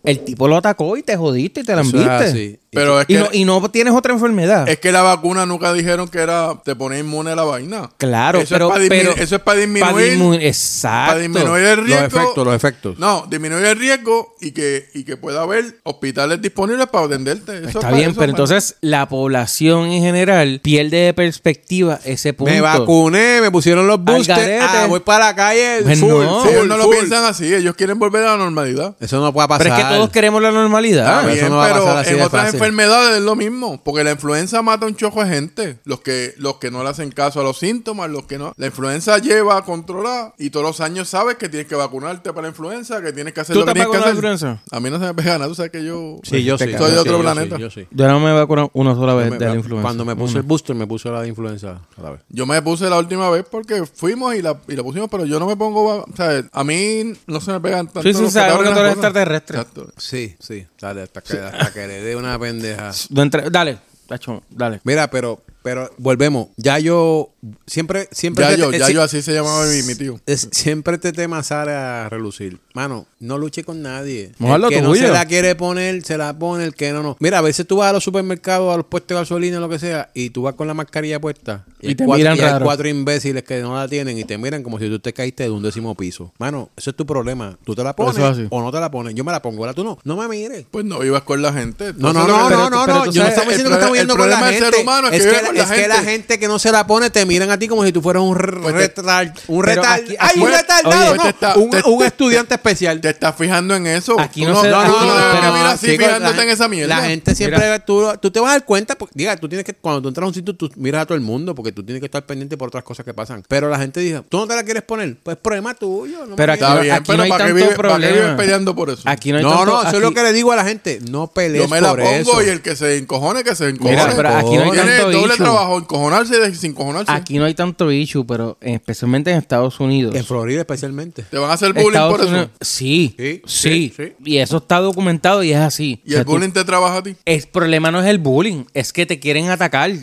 Speaker 2: el tipo lo atacó y te jodiste y te la
Speaker 3: Eso es
Speaker 2: enviste.
Speaker 3: así.
Speaker 1: Pero es
Speaker 2: y,
Speaker 1: que,
Speaker 2: no, y no tienes otra enfermedad.
Speaker 1: es que la vacuna nunca dijeron que era te ponía inmune a la vaina.
Speaker 2: Claro,
Speaker 1: eso
Speaker 2: pero,
Speaker 1: es para
Speaker 2: pero-
Speaker 1: eso es para disminuir,
Speaker 2: para disminuir- exacto.
Speaker 1: para disminuir el riesgo.
Speaker 3: Los efectos, los efectos.
Speaker 1: No, disminuir el riesgo y que y que pueda haber hospitales disponibles para atenderte. Eso es
Speaker 2: Está
Speaker 1: para-
Speaker 2: bien,
Speaker 1: eso es
Speaker 2: pero
Speaker 1: para-
Speaker 2: entonces la población en general pierde de perspectiva ese punto.
Speaker 3: Me vacuné, me pusieron los boosters.
Speaker 2: garete.
Speaker 3: Ah, voy para la calle.
Speaker 2: Pues
Speaker 3: full,
Speaker 2: no.
Speaker 1: Sí,
Speaker 3: full,
Speaker 1: ellos no lo
Speaker 3: full.
Speaker 1: piensan así, ellos quieren volver a la normalidad.
Speaker 3: Eso no puede pasar.
Speaker 2: Pero es que todos queremos la normalidad.
Speaker 3: Ah,
Speaker 1: Está
Speaker 3: pero eso
Speaker 1: bien,
Speaker 3: no va a
Speaker 1: pero
Speaker 3: pasar así
Speaker 1: en
Speaker 3: de
Speaker 1: otras
Speaker 3: fácil.
Speaker 1: enfermedades es lo mismo, porque la influenza mata un chojo de gente, los que los que no le hacen caso a los síntomas, los que no. La influenza lleva a controlar y todos los años sabes que tienes que vacunarte para la influenza, que tienes que hacer
Speaker 2: ¿Tú
Speaker 1: lo que
Speaker 2: te has
Speaker 1: tienes que hacer.
Speaker 2: vacunado de influenza?
Speaker 1: A mí no se me pega nada, tú sabes que yo
Speaker 3: Sí, yo sí.
Speaker 1: soy de
Speaker 3: yo
Speaker 1: otro
Speaker 3: sí, yo
Speaker 1: planeta.
Speaker 3: sí, yo sí.
Speaker 2: Yo no me he vacunado una sola vez
Speaker 3: Me-
Speaker 2: de la
Speaker 3: me-
Speaker 2: influenza.
Speaker 3: Cuando me puse
Speaker 2: Una.
Speaker 3: el booster, me puso la de influenza. a la vez.
Speaker 1: Yo me puse la última vez porque fuimos y la, y la pusimos, pero yo no me pongo, va- o sea, a mí no se me pegan tanto
Speaker 2: Sí, sí,
Speaker 1: los catarros
Speaker 2: sabemos que tú eres
Speaker 1: y las cosas.
Speaker 2: extraterrestre.
Speaker 1: Exacto.
Speaker 3: Sí, sí. Dale, hasta que, hasta que le dé una pendeja.
Speaker 2: No entre- Dale, tacho, dale.
Speaker 3: Mira, pero, pero volvemos. Ya yo siempre, siempre.
Speaker 1: Ya
Speaker 3: este-
Speaker 1: yo,
Speaker 3: eh,
Speaker 1: ya
Speaker 3: si-
Speaker 1: yo así se llamaba mi, mi tío.
Speaker 3: es- siempre este tema sale a relucir. Mano, no luche con nadie.
Speaker 2: Mojarlo
Speaker 3: el que no
Speaker 2: tuyo.
Speaker 3: se la quiere poner, se la pone, el que no, no. Mira, a veces tú vas a los supermercados, a los puestos de gasolina, lo que sea, y tú vas con la mascarilla puesta.
Speaker 2: Y
Speaker 3: hay
Speaker 2: te
Speaker 3: cuatro,
Speaker 2: miran
Speaker 3: y hay
Speaker 2: raro.
Speaker 3: cuatro imbéciles que no la tienen y te miran como si tú te caíste de un décimo piso. Mano, eso es tu problema. Tú te la
Speaker 2: Pero
Speaker 3: pones
Speaker 2: eso es así.
Speaker 3: o no te la pones. Yo me la pongo, ahora tú no. No me mires.
Speaker 1: Pues no ibas con la gente.
Speaker 3: No, no,
Speaker 1: Entonces,
Speaker 3: no,
Speaker 1: pero-
Speaker 3: no, no,
Speaker 2: pero
Speaker 3: no,
Speaker 2: tú
Speaker 3: Yo
Speaker 1: el
Speaker 2: sabes,
Speaker 3: no estamos diciendo que
Speaker 1: problema-
Speaker 3: estamos
Speaker 1: el
Speaker 3: viendo con la
Speaker 1: problema del
Speaker 3: gente.
Speaker 1: ser humano es que vive con con la
Speaker 3: es que
Speaker 1: gente.
Speaker 3: la gente que no se la pone te miran a ti como si tú fueras un retal. Un
Speaker 2: pero
Speaker 3: retal.
Speaker 2: aquí-
Speaker 3: ¡Ay,
Speaker 2: aquí-
Speaker 3: un
Speaker 2: Oye,
Speaker 3: retardado!
Speaker 1: oye,
Speaker 3: no,
Speaker 1: te está-
Speaker 3: un,
Speaker 1: te-
Speaker 3: un
Speaker 1: te-
Speaker 3: estudiante especial.
Speaker 1: Te estás fijando en eso.
Speaker 2: Aquí
Speaker 1: Tú
Speaker 2: no se-
Speaker 1: no,
Speaker 2: aquí-
Speaker 1: no, no,
Speaker 2: pero-
Speaker 1: no, mira así
Speaker 3: chicos,
Speaker 1: fijándote
Speaker 3: la-
Speaker 1: en esa mierda.
Speaker 3: La gente siempre,
Speaker 2: Mira.
Speaker 3: tú, tú te vas a dar cuenta, porque, diga, tú tienes que, cuando tú entras a un sitio, tú miras a todo el mundo, porque tú tienes que estar pendiente por otras cosas que pasan. Pero la gente dice, tú no te la quieres poner, pues problema tuyo. No me
Speaker 2: Pero aquí-
Speaker 3: digas.
Speaker 1: Está bien,
Speaker 2: aquí
Speaker 1: pero
Speaker 2: no hay
Speaker 1: ¿para qué
Speaker 2: tanto
Speaker 1: vive- para qué vives
Speaker 2: problema.
Speaker 1: peleando por eso?
Speaker 2: Aquí no hay
Speaker 3: no,
Speaker 2: tanto-
Speaker 3: no, eso es
Speaker 2: aquí-
Speaker 3: lo que le digo a la gente, no pelees
Speaker 1: Yo me la
Speaker 3: por
Speaker 1: pongo
Speaker 3: eso.
Speaker 1: y el que se encojone, que se encojone.
Speaker 2: Mira, pero aquí no hay
Speaker 1: Tiene
Speaker 2: tanto
Speaker 1: doble
Speaker 2: issue.
Speaker 1: trabajo, encojonarse y desencojonarse.
Speaker 2: Aquí no hay tanto issue, pero especialmente en Estados Unidos.
Speaker 3: En Florida especialmente.
Speaker 1: Te van a hacer bullying
Speaker 2: Estados
Speaker 1: por eso.
Speaker 2: Unidos- Sí,
Speaker 3: Sí,
Speaker 2: sí,
Speaker 3: sí, sí.
Speaker 2: Y eso está documentado y es así.
Speaker 1: Y
Speaker 2: O sea,
Speaker 1: el
Speaker 2: tú-
Speaker 1: bullying te trabaja a ti.
Speaker 2: El problema no es el bullying, es que te quieren atacar. O sea,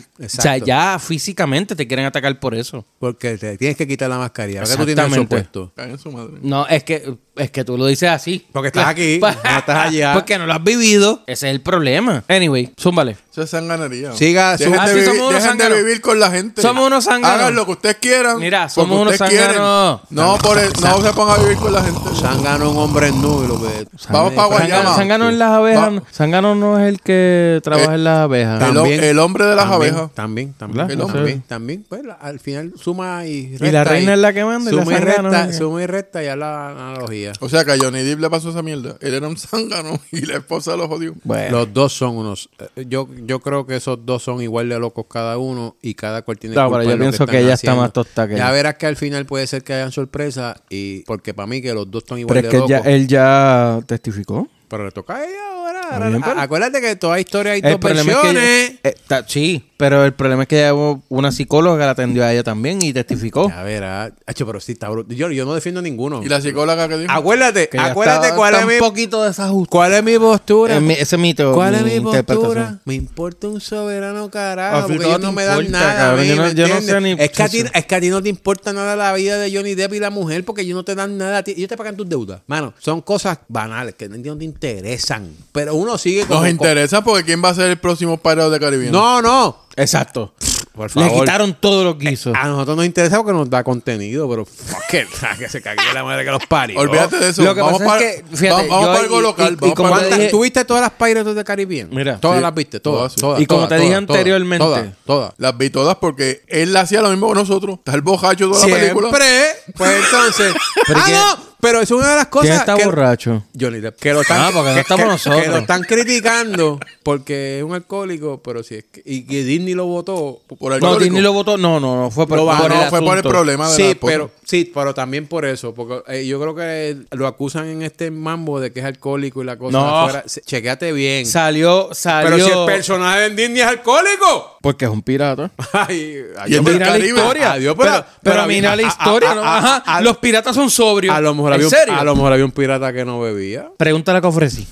Speaker 3: Exacto.
Speaker 2: ya físicamente te quieren atacar por eso.
Speaker 3: Porque te tienes que quitar la mascarilla. Porque tú tienes eso
Speaker 2: Exactamente.
Speaker 3: puesto.
Speaker 1: Caen en su madre.
Speaker 2: No, es que, es que tú lo dices así. Pues,
Speaker 3: Porque estás aquí, no estás allá.
Speaker 2: Porque no lo has vivido. Ese es el problema. Anyway, zúmbale.
Speaker 1: Eso es sanganería.
Speaker 3: Siga,
Speaker 1: dejen
Speaker 3: su-
Speaker 1: de,
Speaker 2: Ah, sí,
Speaker 1: vivi-
Speaker 2: somos unos
Speaker 1: dejen de
Speaker 2: zánganos.
Speaker 1: vivir con la gente.
Speaker 2: Somos unos zánganos.
Speaker 1: Hagan lo que ustedes quieran.
Speaker 2: Mira,
Speaker 1: porque
Speaker 2: somos unos
Speaker 1: ustedes quieren.
Speaker 2: zánganos.
Speaker 1: No, por el- no se pongan a vivir con la gente.
Speaker 3: Sangano un hombre nudo y lo que.
Speaker 1: Vamos para
Speaker 2: Sangano,
Speaker 1: Guayama.
Speaker 2: Sangano en las
Speaker 1: Va-
Speaker 2: abejas. no- Sangano no es el que
Speaker 3: Eh,
Speaker 2: trabaja en las abejas.
Speaker 1: El,
Speaker 3: También.
Speaker 1: el hombre de las
Speaker 3: También,
Speaker 1: abejas.
Speaker 3: También, también.
Speaker 2: ¿Verdad?
Speaker 1: El
Speaker 3: También,
Speaker 1: hombre.
Speaker 3: también, también. Pues la- al final suma y resta.
Speaker 2: la reina es la que manda y la
Speaker 3: Suma y
Speaker 2: sangana,
Speaker 3: resta,
Speaker 2: ¿no?
Speaker 3: suma y resta ya la analogía.
Speaker 1: O sea que a Johnny Depp le pasó esa mierda. Él era un zángano y la esposa lo jodió.
Speaker 2: Bueno,
Speaker 3: Los dos son unos. eh, Yo, yo creo que esos dos son igual de locos cada uno y cada cual tiene
Speaker 2: No,
Speaker 3: culpa
Speaker 2: pero
Speaker 3: en
Speaker 2: yo
Speaker 3: lo
Speaker 2: pienso que
Speaker 3: están
Speaker 2: ella está
Speaker 3: haciendo.
Speaker 2: más tostada que
Speaker 3: Ya
Speaker 2: él.
Speaker 3: verás que al final puede ser que hayan sorpresa y porque para mí que los dos están
Speaker 2: pero
Speaker 3: igual
Speaker 2: es
Speaker 3: de
Speaker 2: que él
Speaker 3: locos.
Speaker 2: ya, él ya testificó.
Speaker 3: Pero le toca a ella ahora.
Speaker 2: Está
Speaker 3: ahora-
Speaker 2: bien, pero-
Speaker 3: a- acuérdate que toda historia hay
Speaker 2: El
Speaker 3: dos
Speaker 2: problema es
Speaker 3: versiones.
Speaker 2: que eh, ta- sí, pero el problema es que ya hubo una psicóloga la atendió a ella también y testificó.
Speaker 3: Ya verás. Hacho, ah, pero sí está bruto. Yo, yo no defiendo a ninguno.
Speaker 1: Y la psicóloga que dijo.
Speaker 2: Ah,
Speaker 3: Acuérdate,
Speaker 2: Que ya
Speaker 3: acuérdate
Speaker 2: está-
Speaker 3: cuál
Speaker 2: está
Speaker 3: es mi
Speaker 2: un poquito desajustado.
Speaker 3: ¿Cuál es mi postura?
Speaker 2: Es mi- ese es mi teo-
Speaker 3: ¿Cuál
Speaker 2: mi
Speaker 3: es mi postura?
Speaker 2: interpretación.
Speaker 3: Me importa un soberano
Speaker 2: A
Speaker 3: carajo.
Speaker 2: ti
Speaker 3: Porque
Speaker 2: todo
Speaker 3: ellos
Speaker 2: te
Speaker 3: no me dan
Speaker 2: importa,
Speaker 3: nada. a
Speaker 2: cabrón.
Speaker 3: mí,
Speaker 2: Yo no-
Speaker 3: ¿me
Speaker 2: yo no
Speaker 3: entiendes?
Speaker 2: sé ni-
Speaker 3: es, que a ti,
Speaker 2: sí, sí.
Speaker 3: es que a ti no te importa nada la vida de Johnny Depp y la mujer porque ellos no te dan nada a ti. Ellos te pagan tus deudas. Mano, son cosas banales que no no te interesan. Pero uno sigue como-
Speaker 2: ah,
Speaker 1: Nos interesa porque quién va a ser el próximo parado de Caribe.
Speaker 3: No, no.
Speaker 2: Exacto.
Speaker 3: Por
Speaker 2: Le
Speaker 3: favor.
Speaker 2: quitaron todos los guisos.
Speaker 3: A nosotros nos interesa porque nos da contenido, pero fuck it, que se cague la madre que los parió.
Speaker 1: Olvídate de eso.
Speaker 2: Lo que
Speaker 1: vamos
Speaker 2: pasa es
Speaker 1: para,
Speaker 2: que, fíjate,
Speaker 1: vamos- vamos
Speaker 2: yo-
Speaker 1: para algo
Speaker 2: y-
Speaker 1: local.
Speaker 2: y- y
Speaker 1: vamos
Speaker 2: como
Speaker 1: para-
Speaker 2: te
Speaker 3: ¿Cuántas
Speaker 2: dije-
Speaker 3: tuviste todas las Pirates de Caribbean?
Speaker 2: Mira.
Speaker 3: todas
Speaker 1: Sí.
Speaker 3: las viste, todas.
Speaker 1: Todas, sí.
Speaker 3: todas,
Speaker 2: Y como
Speaker 3: todas,
Speaker 2: te dije
Speaker 3: todas, todas,
Speaker 2: anteriormente-
Speaker 3: todas, todas.
Speaker 1: Las vi todas porque él hacía lo mismo que nosotros. Está el bojacho toda la película.
Speaker 3: Siempre. Pues entonces.
Speaker 2: Pero
Speaker 3: ah,
Speaker 2: que-
Speaker 3: no. Pero es una de las cosas.
Speaker 2: ¿Quién está
Speaker 3: que,
Speaker 2: borracho?
Speaker 3: Johnny Depp. Que lo están,
Speaker 2: Ah, porque no
Speaker 3: que-
Speaker 2: estamos
Speaker 3: que-
Speaker 2: nosotros.
Speaker 3: Que lo están criticando porque es un alcohólico, pero si es que. Y que Disney lo votó.
Speaker 1: Por
Speaker 2: No,
Speaker 1: alcohólico.
Speaker 2: Disney lo votó. No, no, no. Fue por,
Speaker 3: Lo
Speaker 2: por
Speaker 3: bajó,
Speaker 2: el
Speaker 1: fue por el
Speaker 2: asunto.
Speaker 1: problema de la
Speaker 3: Sí,
Speaker 1: esposa.
Speaker 3: pero sí, pero también por eso, porque eh, yo creo que lo acusan en este mambo de que es alcohólico y la cosa
Speaker 2: No.
Speaker 3: afuera. Se- Chequéate bien.
Speaker 2: Salió, salió.
Speaker 3: Pero si el personaje en Disney es alcohólico.
Speaker 2: Porque es un pirata.
Speaker 3: Ay,
Speaker 1: Y
Speaker 3: adiós,
Speaker 1: el del
Speaker 2: Mira la
Speaker 1: Caribe.
Speaker 2: historia.
Speaker 3: Adiós,
Speaker 2: pero,
Speaker 3: pero-
Speaker 2: pero,
Speaker 3: pero
Speaker 2: mira
Speaker 3: a-
Speaker 2: la
Speaker 3: a-
Speaker 2: historia.
Speaker 3: a-
Speaker 2: ¿no?
Speaker 3: a-
Speaker 2: Ajá.
Speaker 3: a-
Speaker 2: los piratas son sobrios.
Speaker 3: A lo mejor
Speaker 2: ¿En
Speaker 3: había un-
Speaker 2: serio?
Speaker 3: a lo mejor había un pirata que no bebía.
Speaker 2: Pregúntale a Cofresi.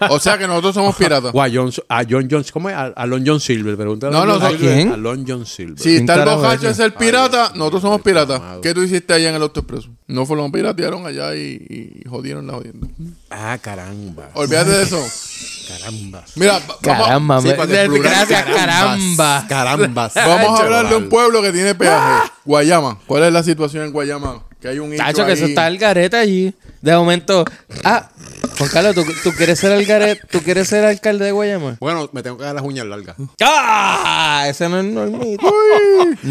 Speaker 1: O, o sea que nosotros somos piratas.
Speaker 3: O a John, a John Jones, ¿cómo es? A, a Lon John Silver, pregúntale.
Speaker 1: No, no,
Speaker 3: Lon John
Speaker 1: ¿a
Speaker 3: Silver.
Speaker 2: quién?
Speaker 3: A Lon John Silver.
Speaker 1: Si está el
Speaker 2: carajo
Speaker 1: bojacho es
Speaker 2: es
Speaker 1: el pirata, nosotros somos piratas. ¿Qué tú hiciste allá en el autoexpreso? No fue, lo piratearon allá y, y jodieron la jodienda.
Speaker 3: Ah, caramba.
Speaker 1: Olvídate de eso.
Speaker 3: Caramba.
Speaker 1: Mira, va- vamos-
Speaker 2: Caramba,
Speaker 1: sí,
Speaker 2: me-
Speaker 1: para que el plural-
Speaker 2: gracias, caramba.
Speaker 3: Caramba.
Speaker 1: Vamos a hablar de un pueblo que tiene peaje. Guayama. ¿Cuál es la situación en Guayama? Que hay un issue
Speaker 2: Tacho, que eso
Speaker 1: ahí.
Speaker 2: está el garete allí. De momento. Ah, Juan Carlos, ¿tú, tú quieres ser el garete? ¿Tú quieres ser alcalde de Guayama?
Speaker 3: Bueno, me tengo que dar las uñas largas.
Speaker 2: ¡Ah! Ese no es normito.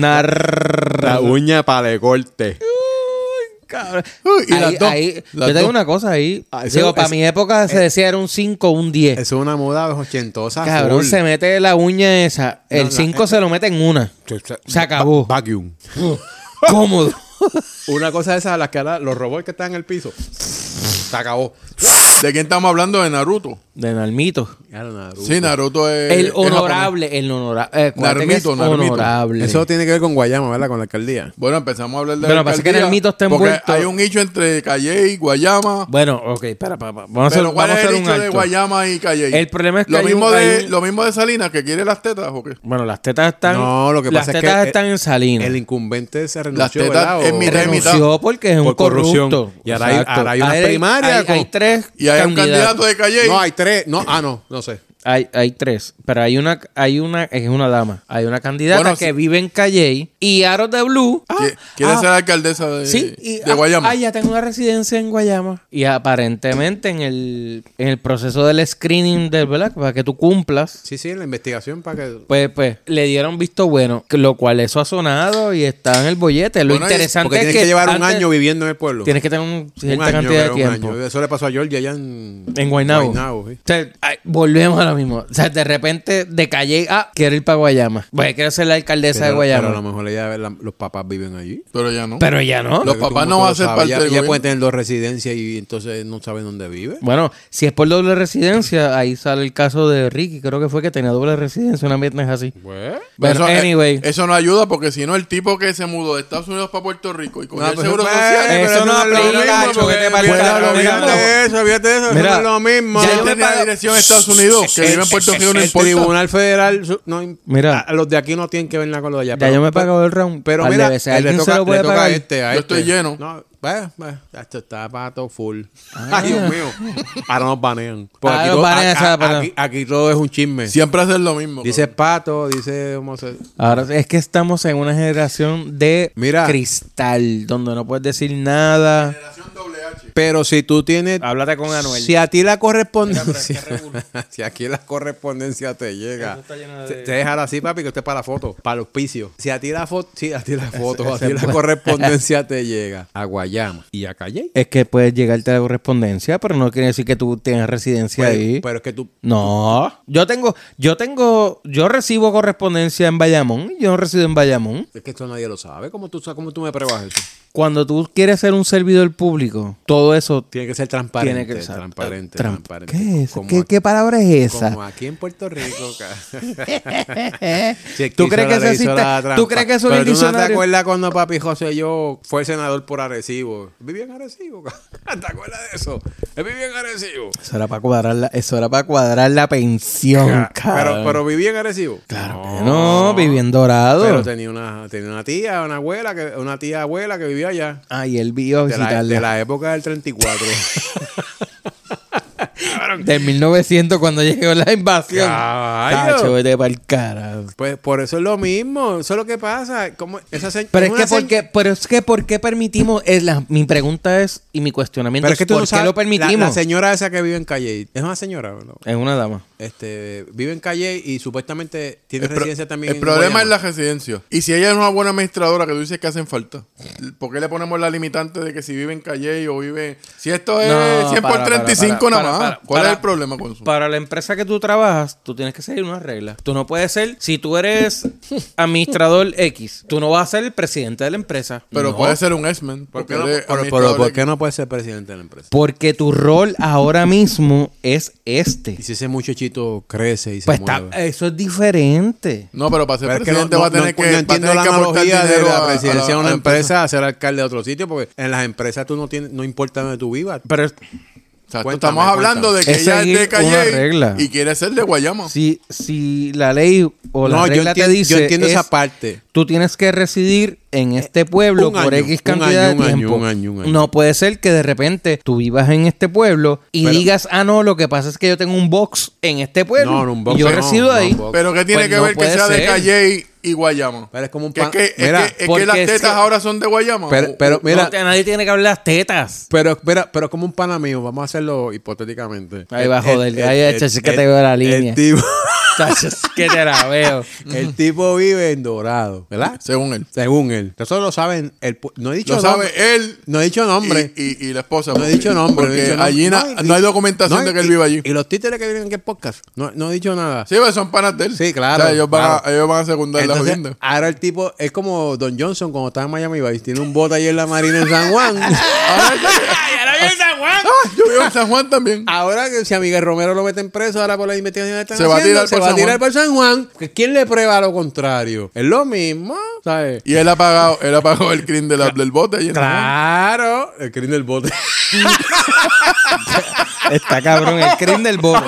Speaker 3: La
Speaker 2: Nar.
Speaker 3: uña para de corte.
Speaker 2: Cabrón.
Speaker 1: Uy, y
Speaker 2: Ahí-
Speaker 1: las dos,
Speaker 2: ahí-
Speaker 1: las
Speaker 2: yo tengo
Speaker 1: dos.
Speaker 2: una cosa ahí.
Speaker 3: Ah, eso-
Speaker 2: Digo, para
Speaker 3: eso-
Speaker 2: mi época se decía era un 5 o un 10.
Speaker 3: Es una moda ochentosa.
Speaker 2: Cabrón,
Speaker 3: full.
Speaker 2: se mete la uña esa.
Speaker 3: No,
Speaker 2: El
Speaker 3: la-
Speaker 2: 5 se lo mete en una.
Speaker 3: Se- se-
Speaker 2: se acabó.
Speaker 3: va- Vacuum.
Speaker 2: Cómodo.
Speaker 3: Una cosa esa a la que ahora los robots que están en el piso. Se acabó.
Speaker 1: ¿De quién estamos hablando? De Naruto.
Speaker 2: De Narmito.
Speaker 3: Ya, Naruto.
Speaker 1: Sí, Naruto es.
Speaker 2: El
Speaker 1: es japonés.
Speaker 2: honorable, el eh, honorable.
Speaker 1: Narmito, Narmito.
Speaker 2: honorable.
Speaker 3: Eso tiene que ver con Guayama, ¿verdad? Con la alcaldía.
Speaker 1: Bueno, empezamos a hablar de.
Speaker 2: Pero
Speaker 1: la
Speaker 2: pasa que en el
Speaker 1: alcaldía,
Speaker 2: mito está
Speaker 1: porque
Speaker 2: envuelto-
Speaker 1: Hay un nicho entre Calle y Guayama.
Speaker 2: Bueno, ok, espera, espera, espera. Vamos a hacer,
Speaker 1: Pero ¿cuál
Speaker 2: vamos a
Speaker 1: es
Speaker 2: hacer
Speaker 1: el
Speaker 2: un
Speaker 1: nicho de
Speaker 2: alto.
Speaker 1: Guayama y Calle?
Speaker 2: El problema es que
Speaker 1: lo
Speaker 2: hay
Speaker 1: mismo
Speaker 2: un-
Speaker 1: de
Speaker 2: hay un-
Speaker 1: lo mismo de Salinas que quiere las tetas o qué.
Speaker 2: Bueno, las tetas están.
Speaker 3: No, lo que
Speaker 2: las
Speaker 3: pasa es que
Speaker 2: tetas
Speaker 3: el-
Speaker 2: están en Salinas.
Speaker 3: El incumbente se renunció,
Speaker 1: tetas
Speaker 3: ¿verdad?
Speaker 1: es
Speaker 3: O-
Speaker 1: mitad y mitad.
Speaker 2: Renunció porque es un
Speaker 3: Por corrupción.
Speaker 2: corrupto.
Speaker 3: Y ahora hay-
Speaker 2: Exacto.
Speaker 3: ahora hay una
Speaker 2: Ahí
Speaker 3: primaria
Speaker 2: Hay,
Speaker 3: con-
Speaker 2: hay tres.
Speaker 1: Y hay un
Speaker 2: candidatos.
Speaker 1: candidato de Calle.
Speaker 3: No, hay tres. No, ah, no, no sé.
Speaker 2: Hay, hay tres, pero hay una, hay una, es una dama. Hay una candidata
Speaker 1: Bueno,
Speaker 2: que
Speaker 1: sí.
Speaker 2: vive en Calle y Aro de Blue. ah,
Speaker 1: Qui- Quiere
Speaker 2: ah,
Speaker 1: ser alcaldesa de,
Speaker 2: Sí, y-
Speaker 1: de
Speaker 2: ah,
Speaker 1: Guayama.
Speaker 2: Ah, ya tengo una residencia en Guayama. Y aparentemente en el, en el proceso del screening del ¿verdad? Para que tú cumplas,
Speaker 3: Sí, sí, la investigación para que.
Speaker 2: pues, pues, le dieron visto bueno, que- lo cual eso ha sonado y está en el bollete. Lo
Speaker 1: Bueno, y-
Speaker 2: interesante
Speaker 3: Porque
Speaker 2: es
Speaker 3: tienes
Speaker 2: que,
Speaker 3: que, llevar un
Speaker 2: antes
Speaker 3: año viviendo en el pueblo.
Speaker 2: Tienes que tener un-
Speaker 3: un
Speaker 2: cierta
Speaker 3: año,
Speaker 2: cantidad
Speaker 3: creo,
Speaker 2: de
Speaker 3: un
Speaker 2: tiempo.
Speaker 3: año. Eso le pasó a Georgia allá en.
Speaker 2: En Guaynabo.
Speaker 3: sí.
Speaker 2: O sea, ay, volvemos a lo mismo. O sea, de repente de calle ah, quiero ir para Guayama. Pues quiero ser la alcaldesa
Speaker 3: Pero-
Speaker 2: de Guayama.
Speaker 3: Pero a lo mejor ella, la- los papás viven allí.
Speaker 1: Pero ya no.
Speaker 2: Pero ya no.
Speaker 1: Los
Speaker 3: Porque
Speaker 1: papás
Speaker 3: tú
Speaker 1: no van a
Speaker 3: lo
Speaker 1: ser
Speaker 3: sabes,
Speaker 1: parte
Speaker 3: ya-
Speaker 1: del
Speaker 3: Ya
Speaker 1: gobierno.
Speaker 3: pueden tener dos residencias y entonces no saben dónde vive.
Speaker 2: Bueno, si es por doble residencia, ahí sale el caso de Ricky, creo que fue que tenía doble residencia, una mierda es así. Bueno,
Speaker 1: eso, eh,
Speaker 2: anyway.
Speaker 1: eso no ayuda porque si no, el tipo que se mudó de Estados Unidos para Puerto Rico y con
Speaker 3: No,
Speaker 1: el
Speaker 3: pues,
Speaker 1: seguro
Speaker 3: pues,
Speaker 1: social.
Speaker 3: pero
Speaker 2: eso no
Speaker 3: es lo
Speaker 2: aplica,
Speaker 3: mismo,
Speaker 2: Nacho, que te
Speaker 3: porque-
Speaker 2: parece
Speaker 3: Fuera,
Speaker 2: lo
Speaker 3: Olvídate
Speaker 2: mismo.
Speaker 3: de eso, olvídate de eso. eso
Speaker 2: Mira,
Speaker 3: no es lo mismo.
Speaker 1: Ya
Speaker 2: yo
Speaker 1: yo
Speaker 2: me
Speaker 1: tenía
Speaker 2: pago-
Speaker 1: dirección en Estados Unidos, que vive en Puerto Rico, no
Speaker 3: el
Speaker 1: importa.
Speaker 3: Tribunal Federal su- no im-
Speaker 2: Mira.
Speaker 3: a- los de aquí no tienen que ver nada con lo de allá. pues,
Speaker 2: Ya yo me he pagado el round
Speaker 3: Pero
Speaker 2: par de
Speaker 3: mira,
Speaker 2: veces.
Speaker 3: él le
Speaker 2: ¿Alguien se
Speaker 3: toca,
Speaker 2: lo puede
Speaker 3: le toca
Speaker 2: pagar?
Speaker 3: a este, a
Speaker 1: Yo
Speaker 3: este.
Speaker 1: estoy lleno.
Speaker 3: No, bueno, bueno, esto está pato full. Ay, Dios mío. Ahora nos banean. Porque
Speaker 2: Ah. Ahora
Speaker 3: aquí,
Speaker 2: nos
Speaker 3: todo,
Speaker 2: banean,
Speaker 3: a-
Speaker 2: esa
Speaker 3: a-
Speaker 2: palabra.
Speaker 3: aquí- aquí todo es un chisme.
Speaker 1: Siempre hacen lo mismo.
Speaker 3: Dice pato, dice homosexual.
Speaker 2: Ahora es que estamos en una generación de
Speaker 3: Mira.
Speaker 2: cristal, donde no puedes decir nada.
Speaker 3: Pero si tú tienes.
Speaker 2: Háblate con Anuel.
Speaker 3: Si a ti la correspondencia. si aquí la correspondencia te llega. Te, te dejará así, papi, que usted para la foto, para el auspicio. Si a ti la foto. Sí, a ti la foto. a ti la correspondencia te llega. A Guayama y a Calle.
Speaker 2: Es que puedes llegarte a la correspondencia, pero no quiere decir que tú tengas residencia ahí.
Speaker 3: Pero es que tú.
Speaker 2: No, yo tengo, yo tengo, yo recibo correspondencia en Bayamón y yo no resido en Bayamón.
Speaker 3: Es que esto nadie lo sabe. ¿Cómo tú, sa- cómo tú me pruebas eso?
Speaker 2: Cuando tú quieres ser un servidor público, todo eso
Speaker 3: Tiene que ser transparente.
Speaker 2: tiene que ser
Speaker 3: transparente.
Speaker 2: Tran-
Speaker 3: transparente.
Speaker 2: ¿Qué, es?
Speaker 3: Como
Speaker 2: ¿Qué,
Speaker 3: aquí-
Speaker 2: qué palabra es
Speaker 3: Como
Speaker 2: esa? ¿Eh?
Speaker 3: aquí en Puerto Rico. ca- Si
Speaker 2: ¿Tú
Speaker 3: hizo
Speaker 2: crees que
Speaker 3: la
Speaker 2: eso
Speaker 3: ley, hizo
Speaker 2: existe?
Speaker 3: la trampa.
Speaker 2: ¿Tú crees que eso en
Speaker 3: Pero
Speaker 2: el
Speaker 3: tú ¿No te
Speaker 2: diccionario?
Speaker 3: acuerdas cuando papi José y yo fue senador por Arecibo? Vivía en Arecibo. ca- ¿Te acuerdas de eso? Él vivía en Arecibo.
Speaker 2: Eso era para cuadrar la, eso era para cuadrar la pensión,
Speaker 3: Ca- Pero,
Speaker 2: Oh, cabrón.
Speaker 3: pero vivía en Arecibo.
Speaker 2: claro que no, vivía en Dorado.
Speaker 3: Pero tenía una, tenía una tía, una abuela, que, una tía abuela que vivía allá.
Speaker 2: Ah, y él vio a
Speaker 3: De la,
Speaker 2: visitarla.
Speaker 3: de la época del 34.
Speaker 2: Del 1900 cuando llegó la invasión.
Speaker 3: Caballo.
Speaker 2: Tacho, vete pa'l carajo.
Speaker 3: pues por eso es lo mismo. Eso es lo que pasa. Como esa se-
Speaker 2: Pero es,
Speaker 3: una
Speaker 2: que
Speaker 3: se-
Speaker 2: por qué, pero es que por qué permitimos es la, mi pregunta es y mi cuestionamiento
Speaker 3: Pero
Speaker 2: es,
Speaker 3: es que tú
Speaker 2: por
Speaker 3: no
Speaker 2: qué
Speaker 3: sabes-
Speaker 2: lo
Speaker 3: La, la
Speaker 2: permitimos.
Speaker 3: señora esa que vive en Calle. Es una señora, ¿no?
Speaker 2: es una dama.
Speaker 3: este, vive en calle y supuestamente tiene
Speaker 1: El, pro-
Speaker 3: residencia también.
Speaker 1: el
Speaker 3: en
Speaker 1: problema
Speaker 3: Guayama.
Speaker 1: es la residencia. Y si ella es una buena administradora que tú dices que hacen falta, ¿por qué le ponemos la limitante de que si vive en Calle o vive... Si esto es
Speaker 2: No,
Speaker 1: 100
Speaker 2: para,
Speaker 1: por 35
Speaker 2: para, para,
Speaker 1: nada más,
Speaker 2: para, para,
Speaker 1: ¿cuál
Speaker 2: para.
Speaker 1: es el problema con eso?
Speaker 2: Para la empresa que tú trabajas, tú tienes que seguir unas reglas. Tú no puedes ser, si tú eres administrador X, tú no vas a ser el presidente de la empresa.
Speaker 1: Pero
Speaker 2: No.
Speaker 1: puede ser un X-Men.
Speaker 3: ¿Por
Speaker 1: porque
Speaker 3: qué, no,
Speaker 1: eres
Speaker 3: pero- pero
Speaker 1: administrador
Speaker 3: ¿por
Speaker 1: de-
Speaker 3: qué no puede ser presidente de la empresa?
Speaker 2: Porque tu rol ahora mismo es este.
Speaker 3: Y si ese muchachito crece y se
Speaker 2: Pues está,
Speaker 3: mueve.
Speaker 2: eso es diferente.
Speaker 1: No, pero para ser
Speaker 3: Pero es que no,
Speaker 1: eh, presidente
Speaker 3: no-
Speaker 1: va a tener
Speaker 3: no-
Speaker 1: que.
Speaker 3: no
Speaker 1: va a
Speaker 3: entiendo
Speaker 1: tener
Speaker 3: la
Speaker 1: que aportar
Speaker 3: analogía de
Speaker 1: dinero
Speaker 3: la
Speaker 1: a- a
Speaker 3: presidencia de
Speaker 1: a
Speaker 3: una
Speaker 1: la
Speaker 3: empresa a ser alcalde de otro sitio, porque en las empresas tú no tienes, no importa donde tú vivas.
Speaker 2: Pero
Speaker 1: O sea, tú
Speaker 3: Cuéntame,
Speaker 1: estamos hablando de que
Speaker 2: Es
Speaker 1: ella es
Speaker 2: seguir
Speaker 1: de
Speaker 2: una
Speaker 1: Calle
Speaker 2: regla.
Speaker 1: y quiere ser de Guayama.
Speaker 2: si, si la ley o la
Speaker 3: No, yo
Speaker 2: regla te
Speaker 3: entiendo- yo
Speaker 2: dice
Speaker 3: entiendo esa
Speaker 2: es,
Speaker 3: parte.
Speaker 2: Tú tienes que residir en este pueblo
Speaker 3: un
Speaker 2: por
Speaker 3: año,
Speaker 2: X
Speaker 3: un
Speaker 2: cantidad
Speaker 3: año, un
Speaker 2: de
Speaker 3: año,
Speaker 2: tiempo.
Speaker 3: un año, un año.
Speaker 2: No puede ser que de repente tú vivas en este pueblo y
Speaker 3: Pero-
Speaker 2: digas, ah, no, lo que pasa es que yo tengo un box en este pueblo
Speaker 3: No, no, un box
Speaker 2: y yo
Speaker 3: no,
Speaker 2: resido
Speaker 3: no,
Speaker 2: ahí.
Speaker 3: un box.
Speaker 1: Pero ¿qué tiene
Speaker 2: Pues
Speaker 1: que
Speaker 2: no
Speaker 1: ver que
Speaker 2: puede
Speaker 1: sea de
Speaker 2: ser.
Speaker 1: Calle y pan.
Speaker 3: Pero es como un
Speaker 1: Que es
Speaker 3: pan-
Speaker 1: que, es
Speaker 3: Mira,
Speaker 1: que- es que
Speaker 2: porque
Speaker 1: las
Speaker 2: es
Speaker 1: tetas
Speaker 2: que-
Speaker 1: ahora son de Guayama.
Speaker 3: Pero-
Speaker 1: O-
Speaker 3: pero
Speaker 1: o-
Speaker 3: mira-
Speaker 2: No, te- nadie tiene que hablar las tetas.
Speaker 3: Pero, pero, pero como un pana mío, vamos a hacerlo hipotéticamente.
Speaker 2: Ahí va, joder, ahí, chacho, es que te
Speaker 3: el-
Speaker 2: veo la
Speaker 3: el
Speaker 2: línea.
Speaker 3: tipo-
Speaker 2: Tacho, es que te la veo.
Speaker 3: el tipo vive en Dorado, ¿verdad?
Speaker 1: según él.
Speaker 3: Según él. Eso lo saben. el pu- no he dicho
Speaker 1: Lo
Speaker 3: nombre.
Speaker 1: sabe él.
Speaker 3: No he dicho nombre.
Speaker 1: Y, y- y la esposa.
Speaker 3: No he dicho nombre. no he
Speaker 1: Porque
Speaker 3: dicho nombre.
Speaker 1: allí na- no,
Speaker 3: y-
Speaker 1: hay documentación
Speaker 3: no,
Speaker 1: de que
Speaker 3: y-
Speaker 1: él vive allí.
Speaker 3: Y los títeres que vienen en el podcast. No, no he dicho nada.
Speaker 1: sí, pero son panas de él.
Speaker 3: Sí, claro,
Speaker 1: O sea, ellos, van a,
Speaker 3: claro.
Speaker 1: ellos van a secundar la
Speaker 3: Entonces,
Speaker 1: jodienda.
Speaker 3: ahora el tipo es como Don Johnson cuando estaba en Miami Vice. Tiene un bote ahí en la marina en San Juan.
Speaker 1: Ah, yo vivo en San Juan también.
Speaker 3: ahora que si a Miguel Romero lo meten preso, ahora por la investigación que están
Speaker 1: Se va a
Speaker 3: haciendo,
Speaker 1: tirar
Speaker 3: se
Speaker 1: por
Speaker 3: va a
Speaker 1: San
Speaker 3: tirar
Speaker 1: Juan.
Speaker 3: por San Juan. ¿Que ¿Quién le prueba lo contrario? Es lo mismo, ¿sabes?
Speaker 1: Y él ha pagado, él ha pagado el crimen de la- del bote. allí en San Juan.
Speaker 3: Claro, el crimen del bote.
Speaker 2: Está cabrón, el crimen del bobo.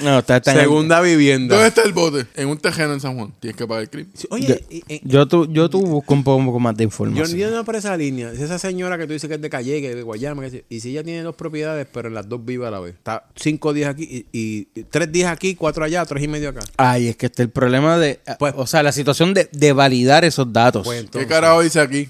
Speaker 2: No, está está en-
Speaker 3: Segunda vivienda.
Speaker 1: ¿Dónde está el bote? En un tejeno en San Juan. Tienes que pagar el crimen.
Speaker 2: Yo,
Speaker 3: Oye, y- y-
Speaker 2: yo, tú, yo tú busco un poco más de
Speaker 3: yo,
Speaker 2: información.
Speaker 3: yo no por esa línea. Si Esa señora que tú dices que es de Calle, que es de Guayama, que dice- y si ella tiene dos propiedades, pero en las dos vive a la vez. Está cinco días aquí, y, y- y tres días aquí, cuatro allá, tres y medio acá.
Speaker 2: Ay, es que está el problema de... ah,
Speaker 3: Pues-
Speaker 2: o sea, la situación de, de validar esos datos.
Speaker 3: Pues,
Speaker 1: ¿Qué carajo dice aquí?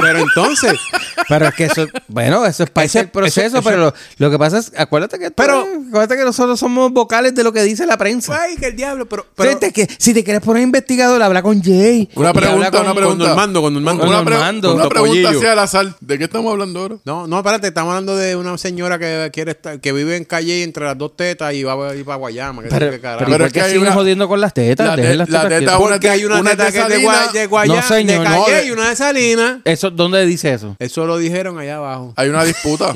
Speaker 3: Pero entonces,
Speaker 2: Pero es que eso... Bueno, eso es parte
Speaker 3: Ese-
Speaker 2: del proceso,
Speaker 3: ese- ese-
Speaker 2: pero lo, lo que pasa es... Acuérdate que... esto
Speaker 3: Pero-
Speaker 2: es- acuérdate que nosotros somos vocales de lo que dice la prensa.
Speaker 3: ay, que el diablo, pero. pero
Speaker 2: si, te, que- si te quieres poner investigador, habla con Jay.
Speaker 1: Una
Speaker 2: Y habla
Speaker 1: pregunta, una pregunta.
Speaker 3: con Normando, con Normando.
Speaker 2: Con
Speaker 1: Una, pre-
Speaker 2: Normando.
Speaker 1: una
Speaker 3: Con
Speaker 1: pregunta
Speaker 3: Topollillo.
Speaker 1: así al azar. ¿De qué estamos hablando ahora?
Speaker 3: No, no, espérate, estamos hablando de una señora que quiere estar, que vive en calle entre las dos tetas y va a ir para Guayama. Que
Speaker 2: Pero,
Speaker 3: sé qué
Speaker 2: pero,
Speaker 3: carajo.
Speaker 1: Pero
Speaker 2: ¿por
Speaker 1: es que
Speaker 2: qué
Speaker 1: hay
Speaker 2: siguen
Speaker 1: una-
Speaker 2: jodiendo con las tetas?
Speaker 1: la
Speaker 2: Dejen
Speaker 1: te-
Speaker 2: las
Speaker 1: la
Speaker 2: tetas
Speaker 1: teta
Speaker 2: quietas.
Speaker 1: una-
Speaker 3: porque hay una,
Speaker 1: una
Speaker 3: teta que es de,
Speaker 1: tesalina.
Speaker 3: Guay- de Guayama,
Speaker 2: No, señor.
Speaker 3: de calle
Speaker 1: No, de-
Speaker 3: y una de Salina.
Speaker 2: Eso, ¿Dónde dice eso?
Speaker 3: Eso lo dijeron allá abajo.
Speaker 1: Hay una disputa.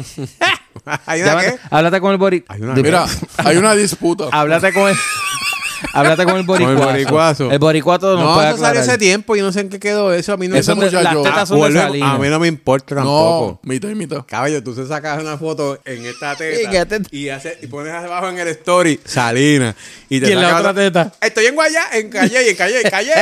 Speaker 3: ¿Hay una
Speaker 2: Llámate-
Speaker 3: qué?
Speaker 2: Háblate con el boricua.
Speaker 3: Hay una-
Speaker 1: Mira, hay una
Speaker 3: Ah,
Speaker 1: disputa.
Speaker 2: Háblate con el... háblate con el boricuazo.
Speaker 3: boricuazo.
Speaker 2: El boricuazo nos
Speaker 3: No,
Speaker 2: puede
Speaker 3: eso salió
Speaker 2: aclarar.
Speaker 3: hace tiempo y no sé en qué quedó eso. A mí no
Speaker 1: Eso
Speaker 3: me
Speaker 1: te-
Speaker 2: Las
Speaker 1: muchacho.
Speaker 2: tetas son de
Speaker 3: Volvemos.
Speaker 2: Salinas.
Speaker 3: A mí no me importa tampoco.
Speaker 1: No, mitad y mitad.
Speaker 3: Caballo, tú se sacas una foto en esta
Speaker 2: ¿En este qué
Speaker 3: teta
Speaker 2: teta?
Speaker 3: y, hace- y pones abajo en el story Salina. Y, te
Speaker 2: Y en la
Speaker 3: sacas
Speaker 2: otra teta.
Speaker 3: Estoy en Guayá, en Calle, en Calle, en Calle.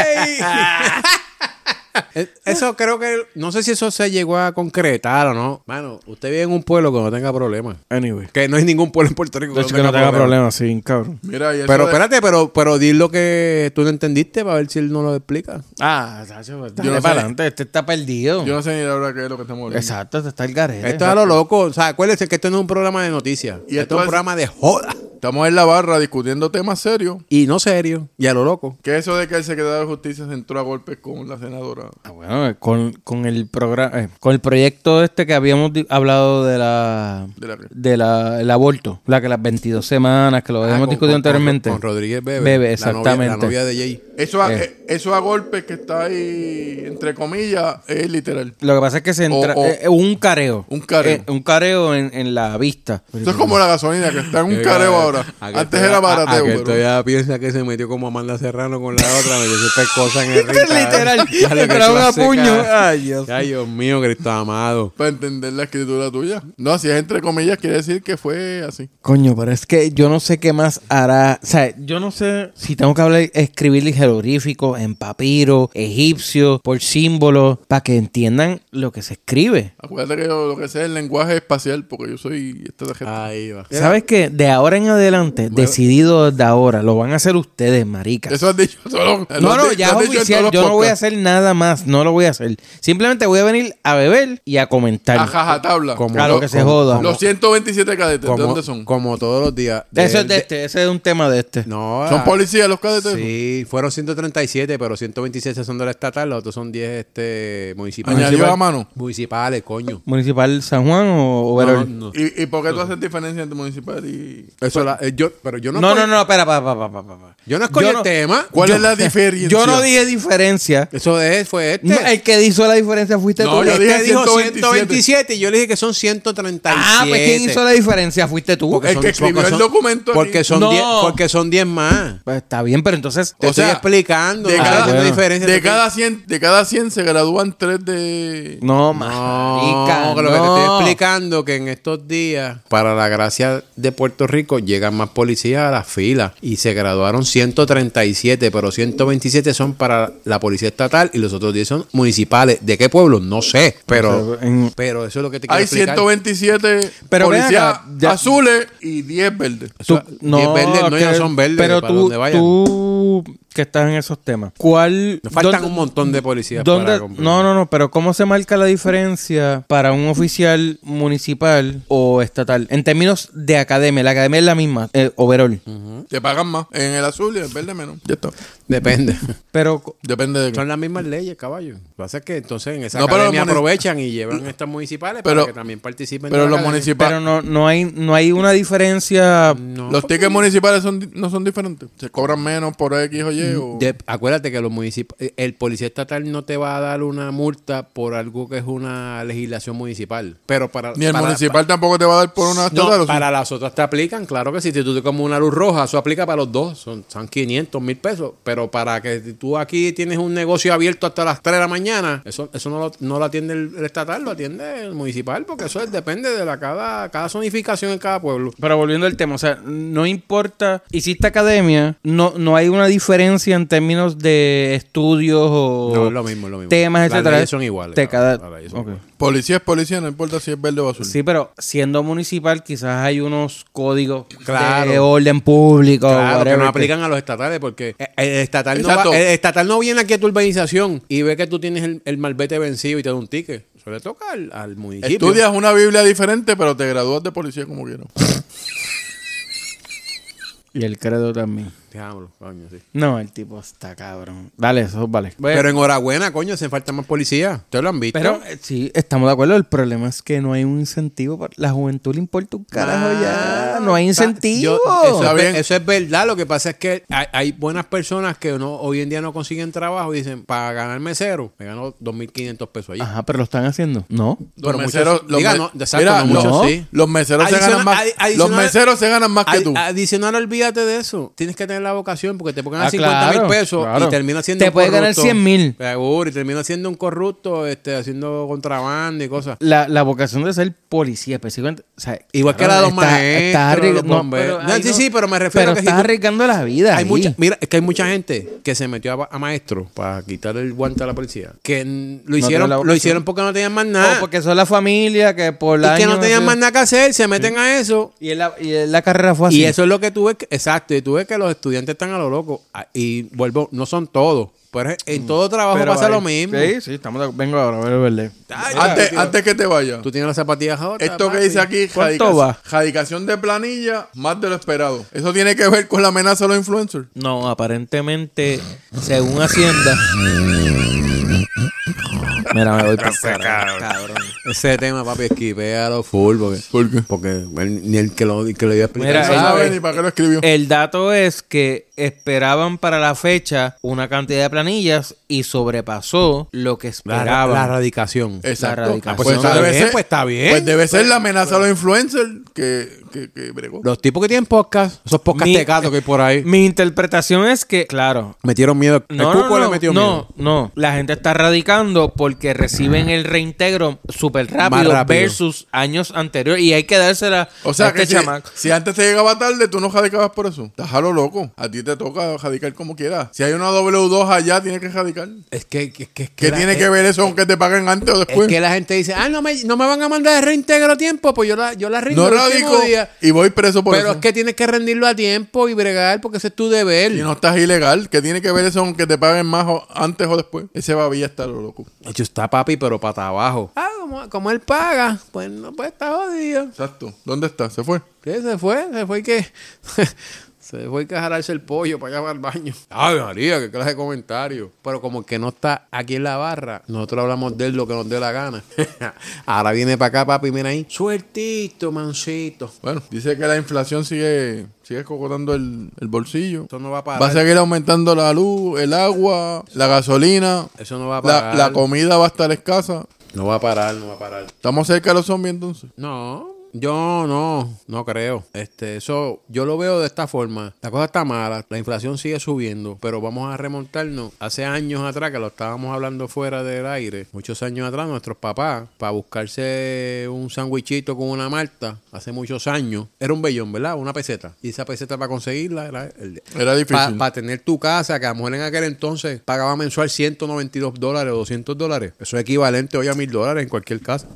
Speaker 3: Eh, eso creo que. No sé si eso se llegó a concretar o no. Mano, usted vive en un pueblo que no tenga problemas.
Speaker 2: Anyway.
Speaker 3: Que no hay ningún pueblo en Puerto Rico que,
Speaker 2: que no tenga problemas, sí, cabrón.
Speaker 1: Mira, y eso
Speaker 3: Pero
Speaker 1: de-
Speaker 3: espérate, pero, pero di lo que tú no entendiste para ver si él no lo explica.
Speaker 2: Ah, Sacho, dale
Speaker 1: no sé.
Speaker 2: para adelante. Este está perdido.
Speaker 1: Yo no sé ni la hora que es lo que estamos hablando.
Speaker 2: Exacto, este está el garete.
Speaker 3: Esto es a lo loco. O sea, acuérdense que esto no es un programa de noticias.
Speaker 1: Y
Speaker 3: esto,
Speaker 1: esto
Speaker 3: es un
Speaker 1: es-
Speaker 3: programa de joda.
Speaker 1: Estamos en la barra discutiendo temas serios.
Speaker 3: Y no serio. Y a lo loco.
Speaker 1: Que eso de que el secretario de justicia se entró a golpes con la senadora.
Speaker 2: Ah, bueno, eh, con, con el programa, eh, con el proyecto este que habíamos di- hablado de la,
Speaker 1: ¿De la qué?
Speaker 2: de la- el aborto, la que las 22 semanas que lo
Speaker 3: Ah,
Speaker 2: habíamos
Speaker 3: con-
Speaker 2: discutido
Speaker 3: con-
Speaker 2: anteriormente.
Speaker 3: Con, con Rodríguez Bebe.
Speaker 2: Bebe,
Speaker 3: la
Speaker 2: exactamente.
Speaker 3: novia- La novia, de Jay.
Speaker 1: Eso a,
Speaker 2: Eh.
Speaker 1: eh, eso a golpes que está ahí, entre comillas, es literal.
Speaker 2: Lo que pasa es que se entra
Speaker 1: O- o-
Speaker 2: eh, eh, un careo,
Speaker 1: Un careo.
Speaker 2: Eh, un careo en, en la vista.
Speaker 1: Eso es como la gasolina que está en un careo ahora.
Speaker 3: Eh, A que
Speaker 1: Antes
Speaker 3: esto
Speaker 1: era
Speaker 3: ya-
Speaker 1: barateo,
Speaker 3: A, a que
Speaker 1: pero-
Speaker 3: esto ya piensa que se metió como Amanda Serrano con la otra. Me dice estas cosas en el ring.
Speaker 2: Literal,
Speaker 3: Ya lo
Speaker 2: le
Speaker 3: que
Speaker 2: trajo
Speaker 3: tú
Speaker 2: una
Speaker 3: haces,
Speaker 2: puño.
Speaker 3: cara.
Speaker 2: Ay, Dios.
Speaker 3: Ay, Dios mío, Cristo amado.
Speaker 1: Para entender la escritura tuya. No, si es entre comillas, quiere decir que fue así.
Speaker 2: Coño, pero es que yo no sé qué más hará. O sea, yo no sé si tengo que hablar, escribir jeroglíficos en papiro, egipcio, por símbolos, para que entiendan lo que se escribe.
Speaker 1: Acuérdate que yo lo que sé es el lenguaje espacial, porque yo soy esta de
Speaker 2: Ah,
Speaker 1: gente.
Speaker 3: Ahí va.
Speaker 2: ¿Sabes qué? De ahora en adelante, decidido desde ahora, lo van a hacer ustedes, maricas.
Speaker 1: Eso has dicho solo.
Speaker 3: eh,
Speaker 2: No, no, ya es oficial. Yo no voy a hacer nada más. No lo voy a hacer. Simplemente voy a venir a beber y a comentar.
Speaker 1: Ajaja tabla.
Speaker 3: Como-
Speaker 2: a lo que se
Speaker 3: como-
Speaker 2: joda.
Speaker 1: Los 127 cadetes, ¿de
Speaker 3: Como,
Speaker 1: dónde son?
Speaker 3: como todos los días.
Speaker 2: Eso es de
Speaker 3: de-
Speaker 2: este. Ese es un tema de este.
Speaker 3: No,
Speaker 1: ¿Son
Speaker 3: ah,
Speaker 1: policías los cadetes?
Speaker 3: Sí, fueron 137, pero 127 son de la estatal, los otros son 10 este, municipales.
Speaker 1: Añadió a mano.
Speaker 3: Municipales, coño.
Speaker 2: Municipal San Juan o
Speaker 3: No,
Speaker 2: Overall.
Speaker 3: no.
Speaker 1: ¿Y, ¿Y por qué tú haces diferencia entre municipal y...?
Speaker 3: Eso la- eh, yo, pero yo no,
Speaker 2: No, no,
Speaker 3: escogí-
Speaker 2: no, espera, pa, pa, pa, pa, pa, pa.
Speaker 3: Yo no escogí el tema.
Speaker 1: ¿Cuál es la diferencia?
Speaker 2: Yo no dije diferencia.
Speaker 3: Eso es, fue este.
Speaker 2: No, el que hizo la diferencia fuiste
Speaker 1: No,
Speaker 2: tú.
Speaker 1: yo
Speaker 3: este
Speaker 1: dije
Speaker 3: dijo
Speaker 1: 127.
Speaker 3: 127 y yo le dije que son 137.
Speaker 2: Ah, pues ¿quién hizo la diferencia fuiste tú?
Speaker 1: El que escribió
Speaker 3: porque
Speaker 1: el documento aquí.
Speaker 3: Porque son
Speaker 2: No.
Speaker 3: 10 porque son 10 más.
Speaker 2: Pues está bien, pero entonces...
Speaker 3: Te
Speaker 1: O
Speaker 3: estoy
Speaker 1: sea,
Speaker 3: explicando.
Speaker 1: de
Speaker 3: no
Speaker 1: cada-
Speaker 3: estoy haciendo
Speaker 2: bueno,
Speaker 3: diferencia.
Speaker 1: De
Speaker 3: Te-
Speaker 1: cada, 100, de cada 100 se gradúan 3 de...
Speaker 2: No,
Speaker 3: No,
Speaker 2: marica,
Speaker 3: que lo que te estoy
Speaker 2: no.
Speaker 3: explicando que en estos días, para la gracia de Puerto Rico, llegan más policías a las filas y se graduaron 137, pero 127 son para la policía estatal y los otros 10 son municipales. ¿De qué pueblo? No sé, pero,
Speaker 2: Pero en-
Speaker 3: pero eso es lo que te quiero
Speaker 1: Hay
Speaker 3: explicar.
Speaker 1: 127
Speaker 2: Pero ven
Speaker 1: policías
Speaker 2: acá, ya-
Speaker 1: azules y 10 verdes.
Speaker 2: Tú-
Speaker 3: O sea, y es verde, no,
Speaker 2: que-
Speaker 3: ya no son verdes,
Speaker 2: Pero
Speaker 3: para
Speaker 2: tú,
Speaker 3: donde vayan.
Speaker 2: tú que estás en esos temas, ¿cuál?
Speaker 3: Nos faltan
Speaker 2: dónde-
Speaker 3: un montón de policías.
Speaker 2: dónde-
Speaker 3: para cumplir.
Speaker 2: no, no, no, pero ¿cómo se marca la diferencia para un oficial municipal o estatal? En términos de academia, la academia es la misma, eh, overall.
Speaker 1: Te pagan más. En el azul y en el verde menos. Ya está.
Speaker 3: Depende.
Speaker 2: Pero co-
Speaker 1: Depende de qué.
Speaker 3: Son las mismas leyes, caballo. Lo que pasa es que entonces en esa
Speaker 1: No, pero
Speaker 3: academia
Speaker 1: los muni-
Speaker 3: aprovechan y llevan estas municipales
Speaker 1: Pero-
Speaker 3: para que también participen.
Speaker 1: Pero
Speaker 3: de la
Speaker 1: los
Speaker 3: academia.
Speaker 2: pero
Speaker 1: municipales...
Speaker 2: no no hay no hay una diferencia
Speaker 3: No,
Speaker 1: Los tickets municipales son, di- no son diferentes. Se cobran menos por X o Y. o-
Speaker 3: Mm, De- acuérdate que los municip- el policía estatal no te va a dar una multa por algo que es una legislación municipal. Pero para
Speaker 1: Ni el
Speaker 3: para-
Speaker 1: municipal tampoco te va a dar por una
Speaker 3: No,
Speaker 1: total, o sea,
Speaker 3: para las otras te aplican, claro que si te tú te comes una luz roja, eso aplica para los dos, son, son 500 mil pesos, pero para que tú aquí tienes un negocio abierto hasta las 3 de la mañana, eso, eso no, lo, no lo atiende el, el estatal, lo atiende el municipal, porque eso es- depende de la cada, cada zonificación en cada pueblo.
Speaker 2: Pero volviendo al tema, o sea, no importa, hiciste academia, no, no hay una diferencia en términos de estudios o
Speaker 3: No, es lo mismo, es lo mismo.
Speaker 2: temas,
Speaker 3: Las
Speaker 2: etcétera.
Speaker 3: leyes son iguales,
Speaker 2: Te cada-
Speaker 3: las leyes son
Speaker 2: Ok.
Speaker 3: iguales.
Speaker 1: Policía es policía, no importa si es verde o azul.
Speaker 2: Sí, pero siendo municipal quizás hay unos códigos
Speaker 3: Claro.
Speaker 2: de orden público.
Speaker 3: Claro, que
Speaker 2: whatever,
Speaker 3: no
Speaker 2: que-
Speaker 3: aplican a los estatales porque el estatal, no,
Speaker 1: Exacto.
Speaker 3: va- el estatal no viene aquí a tu urbanización y ve que tú tienes el, el malvete vencido y te da un ticket. Eso le toca al, al municipio.
Speaker 1: Estudias una Biblia diferente, pero te gradúas de policía como quieras.
Speaker 2: Y el credo también.
Speaker 3: Déjamelo, coño, sí.
Speaker 2: No, el tipo está cabrón. Dale, eso vale.
Speaker 3: Pero enhorabuena, coño, hacen falta más policías. Ustedes lo han visto.
Speaker 2: Pero eh, sí, estamos de acuerdo. El problema es que no hay un incentivo. Para... La juventud le importa un carajo ya. No hay
Speaker 3: Está-
Speaker 2: incentivo.
Speaker 3: Ah, yo- eso,
Speaker 1: Está
Speaker 3: es,
Speaker 1: bien.
Speaker 3: ver- eso es verdad. Lo que pasa es que hay, hay buenas personas que no, hoy en día no consiguen trabajo y dicen, para ganarme cero, me gano 2.500 pesos allí.
Speaker 2: Ajá, pero lo están haciendo. No.
Speaker 1: Los
Speaker 3: Pero
Speaker 1: meseros,
Speaker 3: muchos-
Speaker 1: los
Speaker 3: diga,
Speaker 1: me-
Speaker 3: no, exacto,
Speaker 1: mira,
Speaker 3: no,
Speaker 1: los-
Speaker 3: muchos
Speaker 1: no.
Speaker 3: sí.
Speaker 1: Los meseros se
Speaker 3: Adicional-
Speaker 1: ganan más.
Speaker 3: adi-
Speaker 1: Los
Speaker 3: adicional-
Speaker 1: meseros se ganan más que
Speaker 3: Ad-
Speaker 1: tú.
Speaker 3: Adicional, olvídate de eso. Tienes que tener la vocación porque te pongan
Speaker 2: Ah,
Speaker 3: a 50 mil
Speaker 2: claro,
Speaker 3: pesos
Speaker 2: claro.
Speaker 3: y termina siendo
Speaker 2: Te puedes ganar 100.000.
Speaker 3: Seguro, y termina siendo un corrupto, este, haciendo contrabando y cosas.
Speaker 2: La, la vocación de ser policía, específicamente. o sea,
Speaker 3: Igual que
Speaker 2: cabrón,
Speaker 3: la de los
Speaker 2: está-
Speaker 3: maestros,
Speaker 2: está
Speaker 3: los
Speaker 2: arriesg- no,
Speaker 3: bomberos.
Speaker 2: pero ahí
Speaker 3: No, sí, sí, pero me refiero
Speaker 2: pero
Speaker 3: a que si
Speaker 2: estás
Speaker 3: tú-
Speaker 2: arriesgando la vida.
Speaker 3: Hay
Speaker 2: ahí.
Speaker 3: mucha, mira, es que hay mucha gente que se metió a, a maestro para quitar el guante a la policía. Que mm, lo hicieron,
Speaker 2: la
Speaker 3: lo
Speaker 2: vocación.
Speaker 3: hicieron porque no tenían más nada.
Speaker 2: O porque son la familia que por la.
Speaker 3: y que no tenían más nada que hacer, se meten a eso.
Speaker 2: Y en la, y en la carrera fue así.
Speaker 3: Y eso es lo que tú ves, que- exacto, y tú ves que los estudiantes están a lo loco. Ah, Y vuelvo, no son todos, Mm. pero en todo trabajo
Speaker 2: Pero
Speaker 3: pasa
Speaker 2: ahí-
Speaker 3: lo mismo.
Speaker 2: Sí, sí, estamos de acuerdo. Vengo ahora, a ver, verde.
Speaker 3: Ay,
Speaker 1: Antes,
Speaker 3: tío.
Speaker 1: antes que te vayas.
Speaker 3: Tú tienes las zapatillas ahora.
Speaker 1: Esto que
Speaker 3: papi.
Speaker 1: dice aquí,
Speaker 2: ¿Cuánto
Speaker 1: radica-
Speaker 2: va?
Speaker 1: radicación de planilla, más de lo esperado. Eso tiene que ver con la amenaza a los influencers.
Speaker 2: No, aparentemente, según Hacienda. Mira, me voy para carajo, cabrón.
Speaker 3: Ese tema, papi, esquivéalo full. Porque,
Speaker 1: ¿Por qué?
Speaker 3: porque él- ni el que lo, que lo iba a explicar.
Speaker 2: Mira,
Speaker 1: No
Speaker 2: él-
Speaker 1: sabe ni para qué lo escribió.
Speaker 2: El dato es que esperaban para la fecha una cantidad de planillas y sobrepasó lo que
Speaker 3: la, la,
Speaker 2: esperaban.
Speaker 3: radicación.
Speaker 1: Exacto.
Speaker 2: radicación. Ah,
Speaker 3: pues está bien, pues está bien.
Speaker 1: Pues debe ser la amenaza a los influencers que, que, que bregó.
Speaker 3: Los tipos que tienen podcast, esos podcast
Speaker 2: Mi-
Speaker 3: tecatos que hay por ahí,
Speaker 2: Mi interpretación es que, claro,
Speaker 3: metieron miedo.
Speaker 2: No,
Speaker 3: el
Speaker 2: no,
Speaker 3: cuco
Speaker 2: no,
Speaker 3: le metió
Speaker 2: no,
Speaker 3: miedo.
Speaker 2: no. La gente está radicando porque reciben el reintegro súper
Speaker 3: Más
Speaker 2: rápido,
Speaker 3: rápido.
Speaker 2: versus años anteriores. Y hay que dársela
Speaker 1: O sea,
Speaker 2: a este
Speaker 1: que si,
Speaker 2: chamaco.
Speaker 1: si antes te llegaba tarde, tú no radicabas por eso. Estás a lo loco. A ti te toca radicar como quieras. Si hay una W2 allá, tienes que radicar.
Speaker 3: Es que, que, que-
Speaker 1: ¿Qué
Speaker 3: la-
Speaker 1: tiene
Speaker 3: es-
Speaker 1: que ver eso con que te paguen antes o
Speaker 3: Es
Speaker 1: después?
Speaker 3: que la gente dice, ah, no me, no me van a mandar el reintegro a tiempo, pues yo la, yo la rindo
Speaker 1: no
Speaker 3: el último
Speaker 1: radico
Speaker 3: día.
Speaker 1: y voy preso por
Speaker 3: Pero
Speaker 1: eso.
Speaker 3: es que tienes que rendirlo a tiempo y bregar porque ese es tu deber.
Speaker 1: Si no estás ilegal, ¿qué tiene que ver eso con que te paguen más o- antes o después? Ese babilla está a lo loco.
Speaker 3: Hecho está papi, pero para abajo. Ah, como, como él paga, pues no puede estar jodido.
Speaker 1: Exacto. ¿Dónde está? ¿Se fue?
Speaker 3: ¿Qué? Se fue, se fue que. se fue que a jalarse el pollo para allá para el baño. Ay, María, qué clase de comentario. Pero como el que no está aquí en la barra, nosotros hablamos de él lo que nos dé la gana. Ahora viene para acá, papi, mira ahí. Sueltito, mancito.
Speaker 1: Bueno, dice que la inflación sigue sigue cocotando el, el bolsillo.
Speaker 3: Eso no va a parar.
Speaker 1: Va a seguir aumentando la luz, el agua, la gasolina.
Speaker 3: Eso no va a
Speaker 1: La,
Speaker 3: parar.
Speaker 1: la comida va a estar escasa.
Speaker 3: no va a parar, no va a parar.
Speaker 1: Estamos cerca de los zombies entonces.
Speaker 3: No, yo no, no creo. Este, eso, yo lo veo de esta forma. La cosa está mala, la inflación sigue subiendo, pero vamos a remontarnos. Hace años atrás, que lo estábamos hablando fuera del aire, muchos años atrás, nuestros papás, para buscarse un sándwichito con una malta, hace muchos años, era un bellón, ¿verdad? Una peseta. Y esa peseta para conseguirla era el,
Speaker 1: Era
Speaker 3: para
Speaker 1: difícil.
Speaker 3: tener tu casa, que a lo mejor en aquel entonces pagaba mensual 192 dólares o 200 dólares. Eso es equivalente hoy a mil dólares en cualquier casa.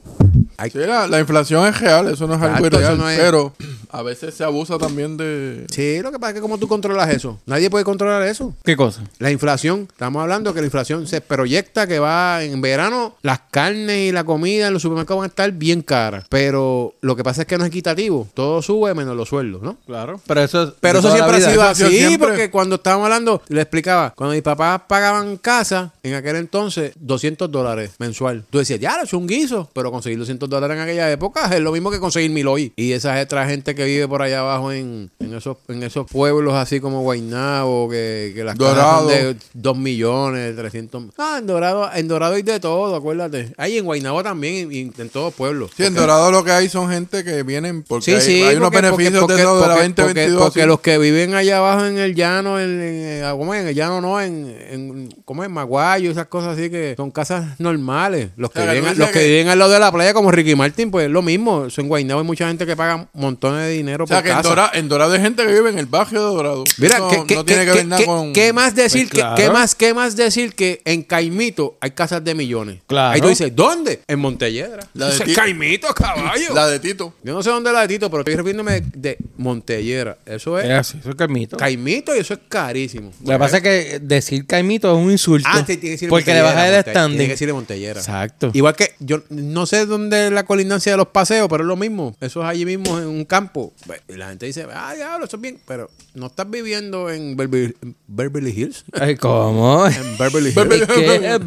Speaker 3: Hay,
Speaker 1: Sí, la, la inflación es real, eso no es algo
Speaker 3: Exacto,
Speaker 1: irreal.
Speaker 3: eso no es-
Speaker 1: Pero a veces se abusa también de.
Speaker 3: Sí, lo que pasa es que como tú controlas eso, nadie puede controlar eso.
Speaker 2: ¿Qué cosa?
Speaker 3: La inflación, estamos hablando que la inflación se proyecta que va en verano, las carnes y la comida en los supermercados van a estar bien caras, pero lo que pasa es que no es equitativo, todo sube menos los sueldos, ¿no?
Speaker 2: Claro. Pero eso, es-
Speaker 3: Pero
Speaker 2: de
Speaker 3: eso
Speaker 2: toda la
Speaker 3: siempre ha
Speaker 2: vida.
Speaker 3: sido
Speaker 1: Eso ha sido
Speaker 3: así,
Speaker 1: siempre.
Speaker 3: porque cuando estábamos hablando, le explicaba, cuando mis papás pagaban casa, en aquel entonces, 200 dólares mensual. Tú decías, ya, es un guiso, pero conseguir 200 dólares en aquella época es lo mismo que conseguir mil hoy. Y esa es otra gente que que vive por allá abajo en, en esos, en esos pueblos así como Guaynabo, que, que las
Speaker 1: Dorado.
Speaker 3: casas son de 2 millones, 300. Ah, en Dorado, en Dorado hay de todo, acuérdate. Hay en Guaynabo también y en, en todos pueblos.
Speaker 1: Sí, en Dorado lo que hay son gente que vienen porque
Speaker 3: Sí,
Speaker 1: hay,
Speaker 3: sí,
Speaker 1: hay unos
Speaker 3: porque-
Speaker 1: beneficios
Speaker 3: porque-
Speaker 1: de, eso de la
Speaker 3: porque-
Speaker 1: 2022.
Speaker 3: Porque, porque
Speaker 1: sí.
Speaker 3: los que viven allá abajo en el llano, en, en- en- ¿cómo es? En el llano no, en, en ¿cómo es? Maguayo, esas cosas así que son casas normales. Los que,
Speaker 1: O sea, que
Speaker 3: viven,
Speaker 1: tú
Speaker 3: los
Speaker 1: dices
Speaker 3: que,
Speaker 1: que-
Speaker 3: viven al lado de la playa, como Ricky Martin, pues es lo mismo. Eso En Guaynabo hay mucha gente que paga montones de dinero
Speaker 1: O sea,
Speaker 3: por
Speaker 1: que en
Speaker 3: casa.
Speaker 1: Dorado, en Dorado hay gente que vive en el barrio de Dorado.
Speaker 3: Mira,
Speaker 1: Eso
Speaker 3: ¿qué, qué-
Speaker 1: no tiene
Speaker 3: qué-
Speaker 1: que ver
Speaker 3: qué-
Speaker 1: nada
Speaker 3: qué-
Speaker 1: con...
Speaker 3: qué más decir?
Speaker 2: Pues
Speaker 3: que-
Speaker 2: claro.
Speaker 3: ¿qué, más, ¿Qué más decir que en Caimito hay casas de millones?
Speaker 2: Claro.
Speaker 3: Ahí tú dices, ¿dónde? En Montelledra.
Speaker 1: La de
Speaker 3: Dices,
Speaker 1: ti-
Speaker 3: Caimito,
Speaker 2: Eh,
Speaker 3: caballo.
Speaker 1: La de Tito.
Speaker 3: Yo no sé dónde es la de Tito, pero estoy refiriéndome de, de Montellera. Eso es
Speaker 2: Es así, eso es Caimito.
Speaker 3: Caimito y eso es carísimo.
Speaker 2: Lo que pasa es que decir Caimito es un insulto.
Speaker 3: Ah, sí, tiene que decir
Speaker 2: porque le
Speaker 3: Montellera,
Speaker 2: baja el
Speaker 3: Monte- Tiene
Speaker 2: standing.
Speaker 3: que decir de Montellera.
Speaker 2: Exacto.
Speaker 3: Igual que yo no sé dónde es la colindancia de los paseos, pero es lo mismo. Eso es allí mismo en un campo. Y la gente dice, ah, diablo, eso es bien. Pero no estás viviendo en Beverly, en Beverly Hills.
Speaker 2: Ay, ¿cómo? ¿Y
Speaker 3: En Beverly Hills.
Speaker 1: Beverly-
Speaker 2: qué?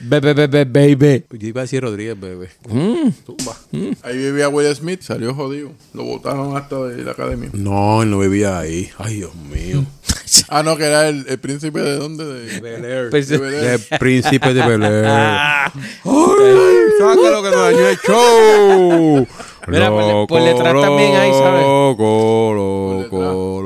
Speaker 2: Be- be- be- be- baby.
Speaker 3: Yo iba a decir Rodríguez, bebé.
Speaker 2: Mm.
Speaker 3: Tumba.
Speaker 1: Ahí vivía Will Smith, salió jodido. Lo botaron hasta de la academia.
Speaker 3: No, él no vivía ahí. Ay, Dios mío.
Speaker 1: Ah, no, que era el, el príncipe de dónde. De,
Speaker 3: Bel Air.
Speaker 2: Pues-
Speaker 1: de Bel Air.
Speaker 3: El príncipe de Bel Air.
Speaker 2: Ah,
Speaker 3: ¡Sácalo que nos dañó el show!
Speaker 2: Mira, pues ponle- ponle atrás también ahí, ¿sabes?
Speaker 3: Loco,
Speaker 1: Ponle
Speaker 3: loco,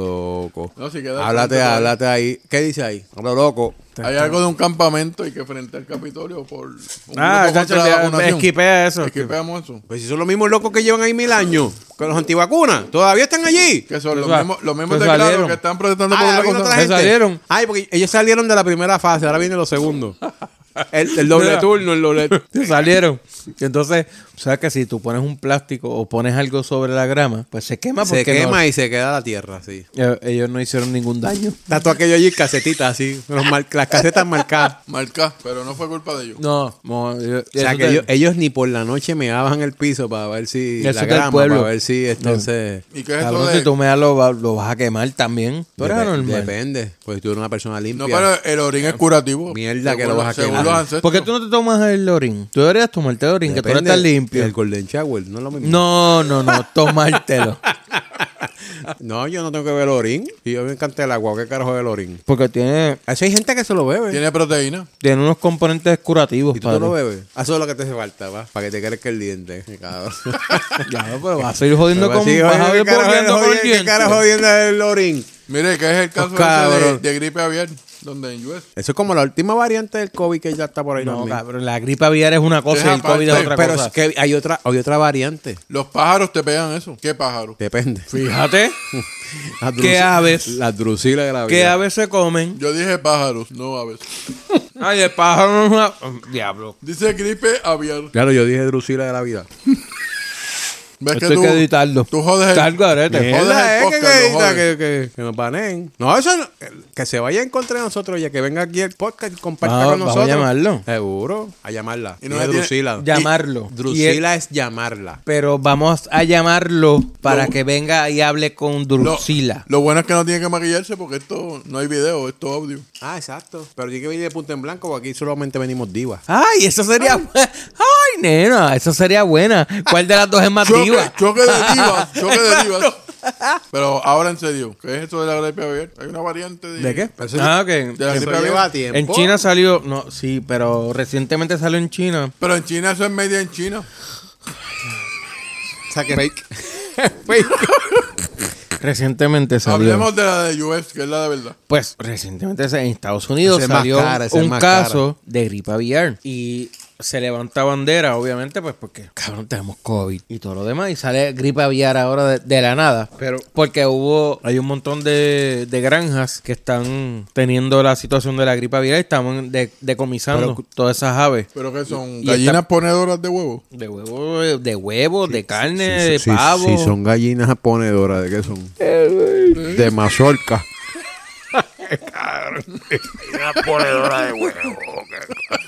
Speaker 3: loco.
Speaker 1: No, si queda
Speaker 3: háblate,
Speaker 1: frente,
Speaker 3: háblate ahí. ¿Qué dice ahí? Hablo loco.
Speaker 1: Hay algo de un campamento y que frente al Capitolio por. un
Speaker 2: Ah,
Speaker 1: grupo
Speaker 2: chacho,
Speaker 1: contra la
Speaker 2: ya,
Speaker 1: vacunación.
Speaker 2: esquipea eso.
Speaker 1: Esquipeamos eso.
Speaker 3: Pues si son los mismos locos que llevan ahí mil años. Con los antivacunas. Todavía están allí.
Speaker 1: Que son
Speaker 2: Pues
Speaker 1: los
Speaker 2: va-
Speaker 1: mismos, los mismos
Speaker 2: pues
Speaker 1: de Claro
Speaker 2: salieron.
Speaker 1: que están protestando por
Speaker 3: Ah,
Speaker 1: una
Speaker 3: vino
Speaker 1: cosa.
Speaker 3: otra gente.
Speaker 2: salieron.
Speaker 3: Ay, porque ellos salieron de la primera fase. Ahora viene los segundos. El, el doble
Speaker 2: Mira.
Speaker 3: turno, el doble
Speaker 2: Te salieron. Entonces, o sea que si tú pones un plástico o pones algo sobre la grama, pues se quema porque
Speaker 3: Se quema
Speaker 2: no-
Speaker 3: y se queda la tierra, sí.
Speaker 2: Eh, ellos no hicieron ningún daño.
Speaker 3: Está todo aquello allí, casetitas así. los mar- las casetas marcadas.
Speaker 1: Marca, pero no fue culpa de ellos.
Speaker 2: No, mo- yo-
Speaker 3: O sea,
Speaker 2: eso
Speaker 3: que
Speaker 2: te-
Speaker 3: ellos, ellos ni por la noche me daban el piso para ver si
Speaker 2: Eso
Speaker 3: la
Speaker 2: es del
Speaker 3: grama,
Speaker 2: pueblo.
Speaker 3: para ver si entonces...
Speaker 1: ¿Y qué es
Speaker 2: Cabrón,
Speaker 1: eso
Speaker 2: si
Speaker 1: de.?
Speaker 2: tú me das, lo, va- lo vas a quemar también. Tú eres
Speaker 3: Depe-
Speaker 2: anormal.
Speaker 3: Depende, pues tú eres una persona limpia.
Speaker 1: No, pero el orín es curativo.
Speaker 3: Mierda, que
Speaker 1: Según
Speaker 3: lo vas a
Speaker 1: los- según
Speaker 3: quemar.
Speaker 1: los ancestros.
Speaker 2: ¿Por qué tú no te tomas el orín? Tú deberías tomarte el orín, que tú no
Speaker 3: Depende
Speaker 2: estás limpio.
Speaker 3: del Golden Shower, no es lo mismo.
Speaker 2: No, no, no, tomártelo.
Speaker 3: No, yo no tengo que ver el orín. Y yo me encanta el agua, ¿qué carajo es el orín?
Speaker 2: Porque tiene,
Speaker 3: Eso hay gente que se lo bebe.
Speaker 1: Tiene proteína.
Speaker 2: tiene unos componentes curativos,
Speaker 3: Y tú no lo
Speaker 2: padre.
Speaker 3: bebes. Ah, Eso es lo que te hace falta, va. Para que te crezca el diente. Cabrón.
Speaker 2: Claro, pero vas a ir jodiendo
Speaker 3: Pero
Speaker 2: con...
Speaker 3: sí,
Speaker 2: vas a
Speaker 3: oye,
Speaker 2: ir
Speaker 3: ¿qué carajo es el
Speaker 2: bobeando con el
Speaker 3: orín? ¿Qué
Speaker 2: diente.
Speaker 3: carajo jodiendo el orín?
Speaker 1: Mire, que es el caso
Speaker 3: Pues,
Speaker 1: ese de,
Speaker 3: cabrón.
Speaker 1: de gripe aviar, donde en US.
Speaker 3: Eso es como la última variante del COVID que ya está por ahí.
Speaker 2: No,
Speaker 3: también.
Speaker 2: cabrón, la gripe aviar es una cosa
Speaker 1: Deja
Speaker 2: y el COVID es
Speaker 1: aparte,
Speaker 2: otra
Speaker 3: Eh, pero
Speaker 2: cosa.
Speaker 3: es que hay otra, hay otra variante.
Speaker 1: Los pájaros te pegan eso. ¿Qué pájaro?
Speaker 3: Depende.
Speaker 2: Fíjate
Speaker 3: Las
Speaker 2: ¿Qué
Speaker 3: drusi-
Speaker 2: aves?
Speaker 3: Las drusilas de la
Speaker 2: que
Speaker 3: vida.
Speaker 2: aves se comen.
Speaker 1: Yo dije pájaros, no aves.
Speaker 2: Ay, el pájaro no es una... oh, Diablo.
Speaker 1: Dice gripe aviar.
Speaker 3: Claro, yo dije drusila de la vida.
Speaker 1: ¿Ves
Speaker 2: Esto hay que editarlo.
Speaker 1: Tú jodes
Speaker 2: Tal
Speaker 1: el,
Speaker 2: garete.
Speaker 1: Jodes el
Speaker 3: Mierda, es que,
Speaker 1: podcast, lo
Speaker 3: que-
Speaker 1: jodes.
Speaker 3: que- que- que nos baneen. No, eso no- que se vaya en contra de nosotros ya que venga aquí el podcast y comparta
Speaker 2: Vamos-
Speaker 3: con
Speaker 2: vamos a
Speaker 3: nosotros.
Speaker 2: llamarlo.
Speaker 3: Seguro, a llamarla.
Speaker 1: Y
Speaker 3: Y
Speaker 1: no
Speaker 3: no
Speaker 1: la
Speaker 3: es
Speaker 1: tiene-
Speaker 3: drusila.
Speaker 2: Llamarlo.
Speaker 3: Y- Drusila es llamarla.
Speaker 2: Pero vamos a llamarlo para
Speaker 1: No.
Speaker 2: que venga y hable con
Speaker 1: Lo,
Speaker 2: Drusila.
Speaker 1: lo bueno es que no tiene que maquillarse porque esto no hay video, esto es audio.
Speaker 3: Ah, exacto. Pero tiene que venir de punta en blanco porque aquí solamente venimos divas.
Speaker 2: Ay, eso sería... Ay, nena, eso sería buena. ¿Cuál de las dos es más
Speaker 1: Choque,
Speaker 2: Ah, diva?
Speaker 1: choque de divas, choque de divas. Pero ahora en serio, ¿qué es esto de la gripe aviar? Hay una variante de...
Speaker 3: Pero eso-
Speaker 2: Ah, ok.
Speaker 1: De la
Speaker 3: eso
Speaker 1: gripe aviar.
Speaker 3: lleva tiempo.
Speaker 2: En China salió... No, sí, pero recientemente salió en China.
Speaker 1: Pero en China eso es media en China.
Speaker 3: O sea que fake. fake.
Speaker 2: Recientemente salió.
Speaker 1: Hablemos de la de US, que es la de verdad.
Speaker 2: Pues recientemente en Estados Unidos
Speaker 3: Ese es más
Speaker 2: salió
Speaker 3: cara, ese es
Speaker 2: un
Speaker 3: más
Speaker 2: caso de gripe aviar y se levanta bandera, obviamente, pues porque cabrón tenemos COVID y todo lo demás y sale gripe aviar ahora de, de la nada, pero porque hubo hay un montón de, de granjas que están teniendo la situación de la gripe aviar y estamos de- decomisando todas esas aves.
Speaker 1: Pero que son
Speaker 2: Y
Speaker 1: gallinas
Speaker 2: está-
Speaker 1: ponedoras de huevo.
Speaker 2: De huevo, de, de huevo, de carne, de pavo.
Speaker 3: Si son gallinas ponedoras, ¿de qué son?
Speaker 2: Eh,
Speaker 3: De mazorca.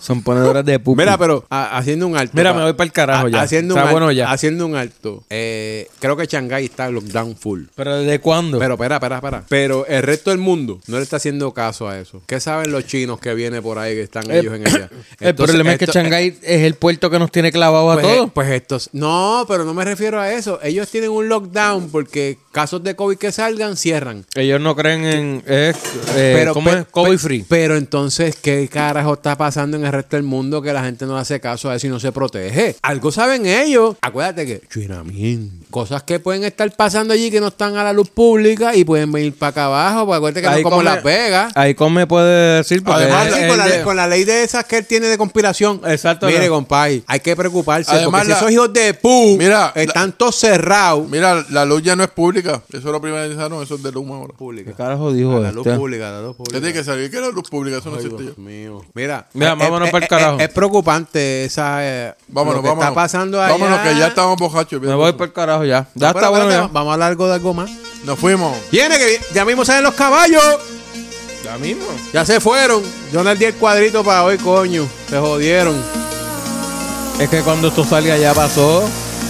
Speaker 2: Son ponedoras de pupi.
Speaker 3: Mira, pero ha- haciendo un alto.
Speaker 2: Mira,
Speaker 3: pa-
Speaker 2: me voy pa'l carajo ya.
Speaker 3: Haciendo
Speaker 2: Está
Speaker 3: un
Speaker 2: bueno
Speaker 3: al-
Speaker 2: ya.
Speaker 3: Haciendo un alto. Eh, creo que Shanghái está lockdown full.
Speaker 2: ¿Pero desde cuándo?
Speaker 3: Pero, espera, espera, espera. Pero el resto del mundo no le está haciendo caso a eso. ¿Qué saben los chinos que vienen por ahí que están ellos en allá?
Speaker 2: Eh, el
Speaker 3: Entonces,
Speaker 2: problema es que
Speaker 3: esto-
Speaker 2: Shanghái es el puerto que nos tiene clavado a
Speaker 3: pues,
Speaker 2: todos.
Speaker 3: Pues estos. No, pero no me refiero a eso. Ellos tienen un lockdown porque casos de COVID que salgan, cierran.
Speaker 2: eh, Ellos no creen en. Es, eh, ¿Cómo
Speaker 3: pe-
Speaker 2: es? COVID
Speaker 3: pe-
Speaker 2: free.
Speaker 3: Pero entonces, ¿qué carajo está pasando en el resto del mundo que la gente no hace caso a eso y no se protege? Algo saben ellos. Acuérdate que, China, mien, cosas que pueden estar pasando allí que no están a la luz pública y pueden venir para acá abajo. Porque acuérdate que no es como
Speaker 2: come-
Speaker 3: Las Vegas.
Speaker 2: Ahí come puede decir. porque
Speaker 3: Además,
Speaker 2: él-
Speaker 3: sí,
Speaker 2: él
Speaker 3: con, la,
Speaker 2: de-
Speaker 3: con la ley de esas que él tiene de conspiración.
Speaker 2: Exacto,
Speaker 3: Mire,
Speaker 2: no.
Speaker 3: compadre, hay que preocuparse.
Speaker 1: Además,
Speaker 3: porque
Speaker 1: la-
Speaker 3: si esos hijos de pu
Speaker 1: Mira,
Speaker 3: están todos cerrados.
Speaker 1: Mira, la luz ya no es pública. Eso lo privatizaron, eso es de Luma ahora.
Speaker 2: ¿Qué
Speaker 3: Pública.
Speaker 2: carajo dijo
Speaker 3: La luz
Speaker 2: este?
Speaker 3: pública, la luz
Speaker 1: Yo
Speaker 3: pública.
Speaker 1: tiene que salir que la luz pública, eso no
Speaker 3: Ay,
Speaker 1: existe
Speaker 3: Dios
Speaker 1: ya.
Speaker 3: mío. Mira,
Speaker 2: Mira,
Speaker 3: es-
Speaker 2: vámonos
Speaker 3: es-
Speaker 2: pa'l
Speaker 3: es-
Speaker 2: carajo.
Speaker 3: Es, preocupante esa. eh,
Speaker 1: Vámonos,
Speaker 3: lo que
Speaker 1: vámonos.
Speaker 3: está pasando ahí.
Speaker 1: Vámonos, que ya estamos borrachos.
Speaker 2: Me voy por el carajo ya. Ya
Speaker 3: Espérate,
Speaker 2: está bueno
Speaker 3: espérate,
Speaker 2: ya.
Speaker 3: Vamos a hablar algo de algo más.
Speaker 1: Nos fuimos.
Speaker 3: Viene, que ya mismo salen los caballos.
Speaker 2: Ya mismo.
Speaker 3: Ya se fueron. Yo no di el cuadrito para hoy, coño. Se jodieron.
Speaker 2: Es que cuando esto salga ya pasó.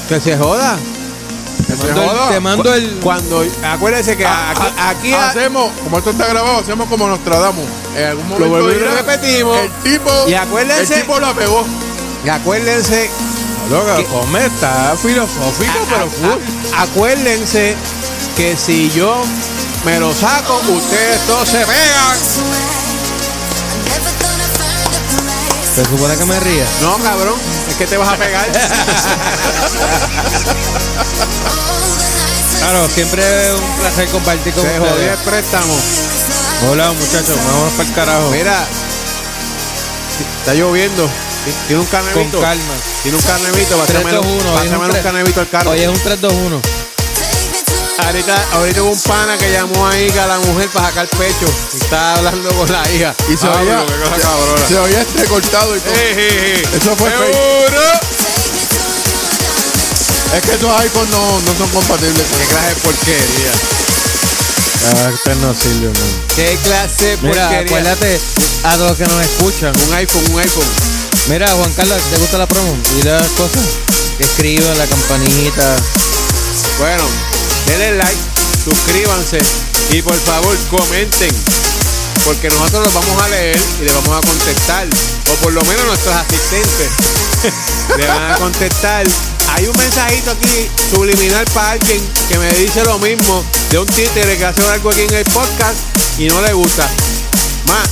Speaker 3: Que se joda.
Speaker 1: Que
Speaker 2: Te mando el- te mando el.
Speaker 3: Cuando. Acuérdense que aquí, aquí a-
Speaker 1: hacemos, como esto está grabado, hacemos como Nostradamus. En algún momento
Speaker 3: volvemos y lo
Speaker 1: dirán,
Speaker 3: repetimos.
Speaker 1: El tipo,
Speaker 3: Y acuérdense-
Speaker 1: el tipo la pegó.
Speaker 3: Y acuérdense,
Speaker 2: Loca,
Speaker 3: que-
Speaker 2: come, está filosófico,
Speaker 3: a-
Speaker 2: pero
Speaker 3: a-
Speaker 2: full.
Speaker 3: a- acuérdense que si yo me lo saco, ustedes todos se pegan.
Speaker 2: Se supone que me ría.
Speaker 3: No, cabrón, es que te vas a pegar.
Speaker 2: Claro, siempre es un placer compartir con
Speaker 3: se jodió el
Speaker 2: ustedes.
Speaker 3: préstamo.
Speaker 2: Hola, muchachos, vamos para el carajo.
Speaker 3: Mira, está lloviendo. Tiene un
Speaker 2: Con
Speaker 3: carnevito.
Speaker 2: calma.
Speaker 3: Tiene un carnevito. Pásame
Speaker 2: 3-2-1. hoy es un
Speaker 3: un
Speaker 2: tres-
Speaker 3: carnevito al carro.
Speaker 2: Hoy es un 3-2-1.
Speaker 3: Ahorita, ahorita hubo un pana que llamó ahí a la mujer para sacar pecho. Y estaba hablando con la hija.
Speaker 1: Y se
Speaker 3: Ah,
Speaker 1: oía,
Speaker 3: pero qué cosa
Speaker 1: se-
Speaker 3: cabrona.
Speaker 1: se oía este cortado y todo. Eso fue fake. Es que esos iPhones no, no son compatibles. con-
Speaker 3: Qué clase de porquería.
Speaker 2: Ah, este no sirve, man.
Speaker 3: Qué clase de
Speaker 2: Mira,
Speaker 3: porquería.
Speaker 2: acuérdate a los que nos escuchan.
Speaker 3: Un iPhone, un iPhone.
Speaker 2: Mira, Juan Carlos, ¿te gusta la promo? Y las cosas. Escriban la campanita.
Speaker 3: Bueno, denle like, suscríbanse y por favor comenten. Porque nosotros los vamos a leer y les vamos a contestar. O por lo menos nuestros asistentes le van a contestar. Hay un mensajito aquí subliminal para alguien que me dice lo mismo de un títere que hace algo aquí en el podcast y no le gusta. Más.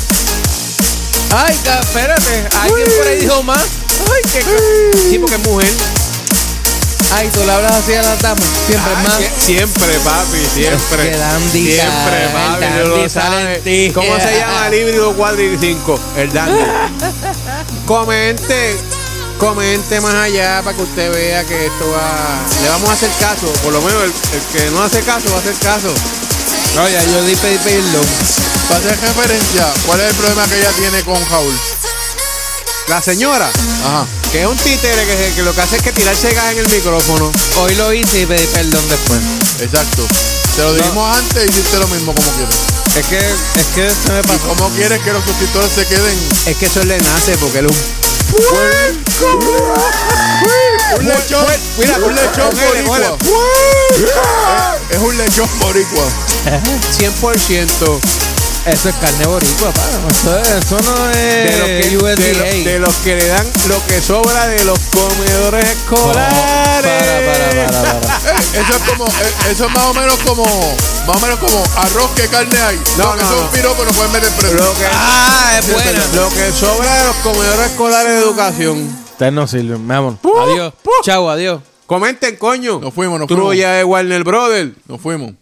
Speaker 2: Ay, ca- espérate. Alguien por ahí dijo más.
Speaker 3: Ay, qué ca- Sí, porque es mujer.
Speaker 2: Ay, tú le hablas así a la dama. Siempre
Speaker 3: Ay,
Speaker 2: es más.
Speaker 3: sie- Siempre, papi, siempre.
Speaker 2: Es que Dandy sale,
Speaker 3: siempre, papi.
Speaker 2: el
Speaker 3: tú lo
Speaker 2: Dandy sale
Speaker 3: sabes.
Speaker 2: en ti.
Speaker 3: ¿Cómo se llama el híbrido cuadri 5? El Dandy. comente, comente más allá para que usted vea que esto va. Le vamos a hacer caso. Por lo menos el, el que no hace caso va a hacer caso.
Speaker 2: No, ya yo di pedir pedirlo.
Speaker 1: Para hacer referencia, ¿cuál es el problema que ella tiene con Jaul?
Speaker 3: La señora,
Speaker 1: Ajá.
Speaker 3: que es un títere que, se- que lo que hace es que tirarse gas en el micrófono.
Speaker 2: Hoy lo hice y pedí perdón después.
Speaker 1: Exacto. Te lo dijimos antes y hiciste lo mismo como quieres.
Speaker 2: Es que, es que se me
Speaker 1: ¿Y
Speaker 2: pasó.
Speaker 1: cómo quieres que los suscriptores se queden?
Speaker 3: Es que eso le nace porque él es un
Speaker 1: Un lechón.
Speaker 3: mira,
Speaker 1: un lechón
Speaker 3: cógele,
Speaker 1: boricua. Es un lechón boricua.
Speaker 3: 100%.
Speaker 2: Eso es carne boricua, pa. Eso, eso no
Speaker 3: Eh, de los,
Speaker 2: es
Speaker 3: que, de lo- de los que le dan lo que sobra de los comedores
Speaker 2: No, para,
Speaker 3: escolares.
Speaker 2: para, para, para.
Speaker 1: Eh, Eso es como, eh, eso es más o menos como, más o menos como arroz que carne hay.
Speaker 3: No,
Speaker 1: No, que
Speaker 3: no,
Speaker 1: eso es un
Speaker 3: no.
Speaker 1: piropo, no pueden meter preso.
Speaker 3: Lo que,
Speaker 2: Ah, es buena.
Speaker 3: lo que sobra de los comedores escolares de educación.
Speaker 2: Ustedes no sirven, vámonos.
Speaker 3: Uh,
Speaker 2: adiós.
Speaker 3: uh.
Speaker 2: Chao, adiós.
Speaker 3: Comenten, coño.
Speaker 1: Nos fuimos, nos
Speaker 3: Trulla de Warner Brothers.
Speaker 1: Nos fuimos.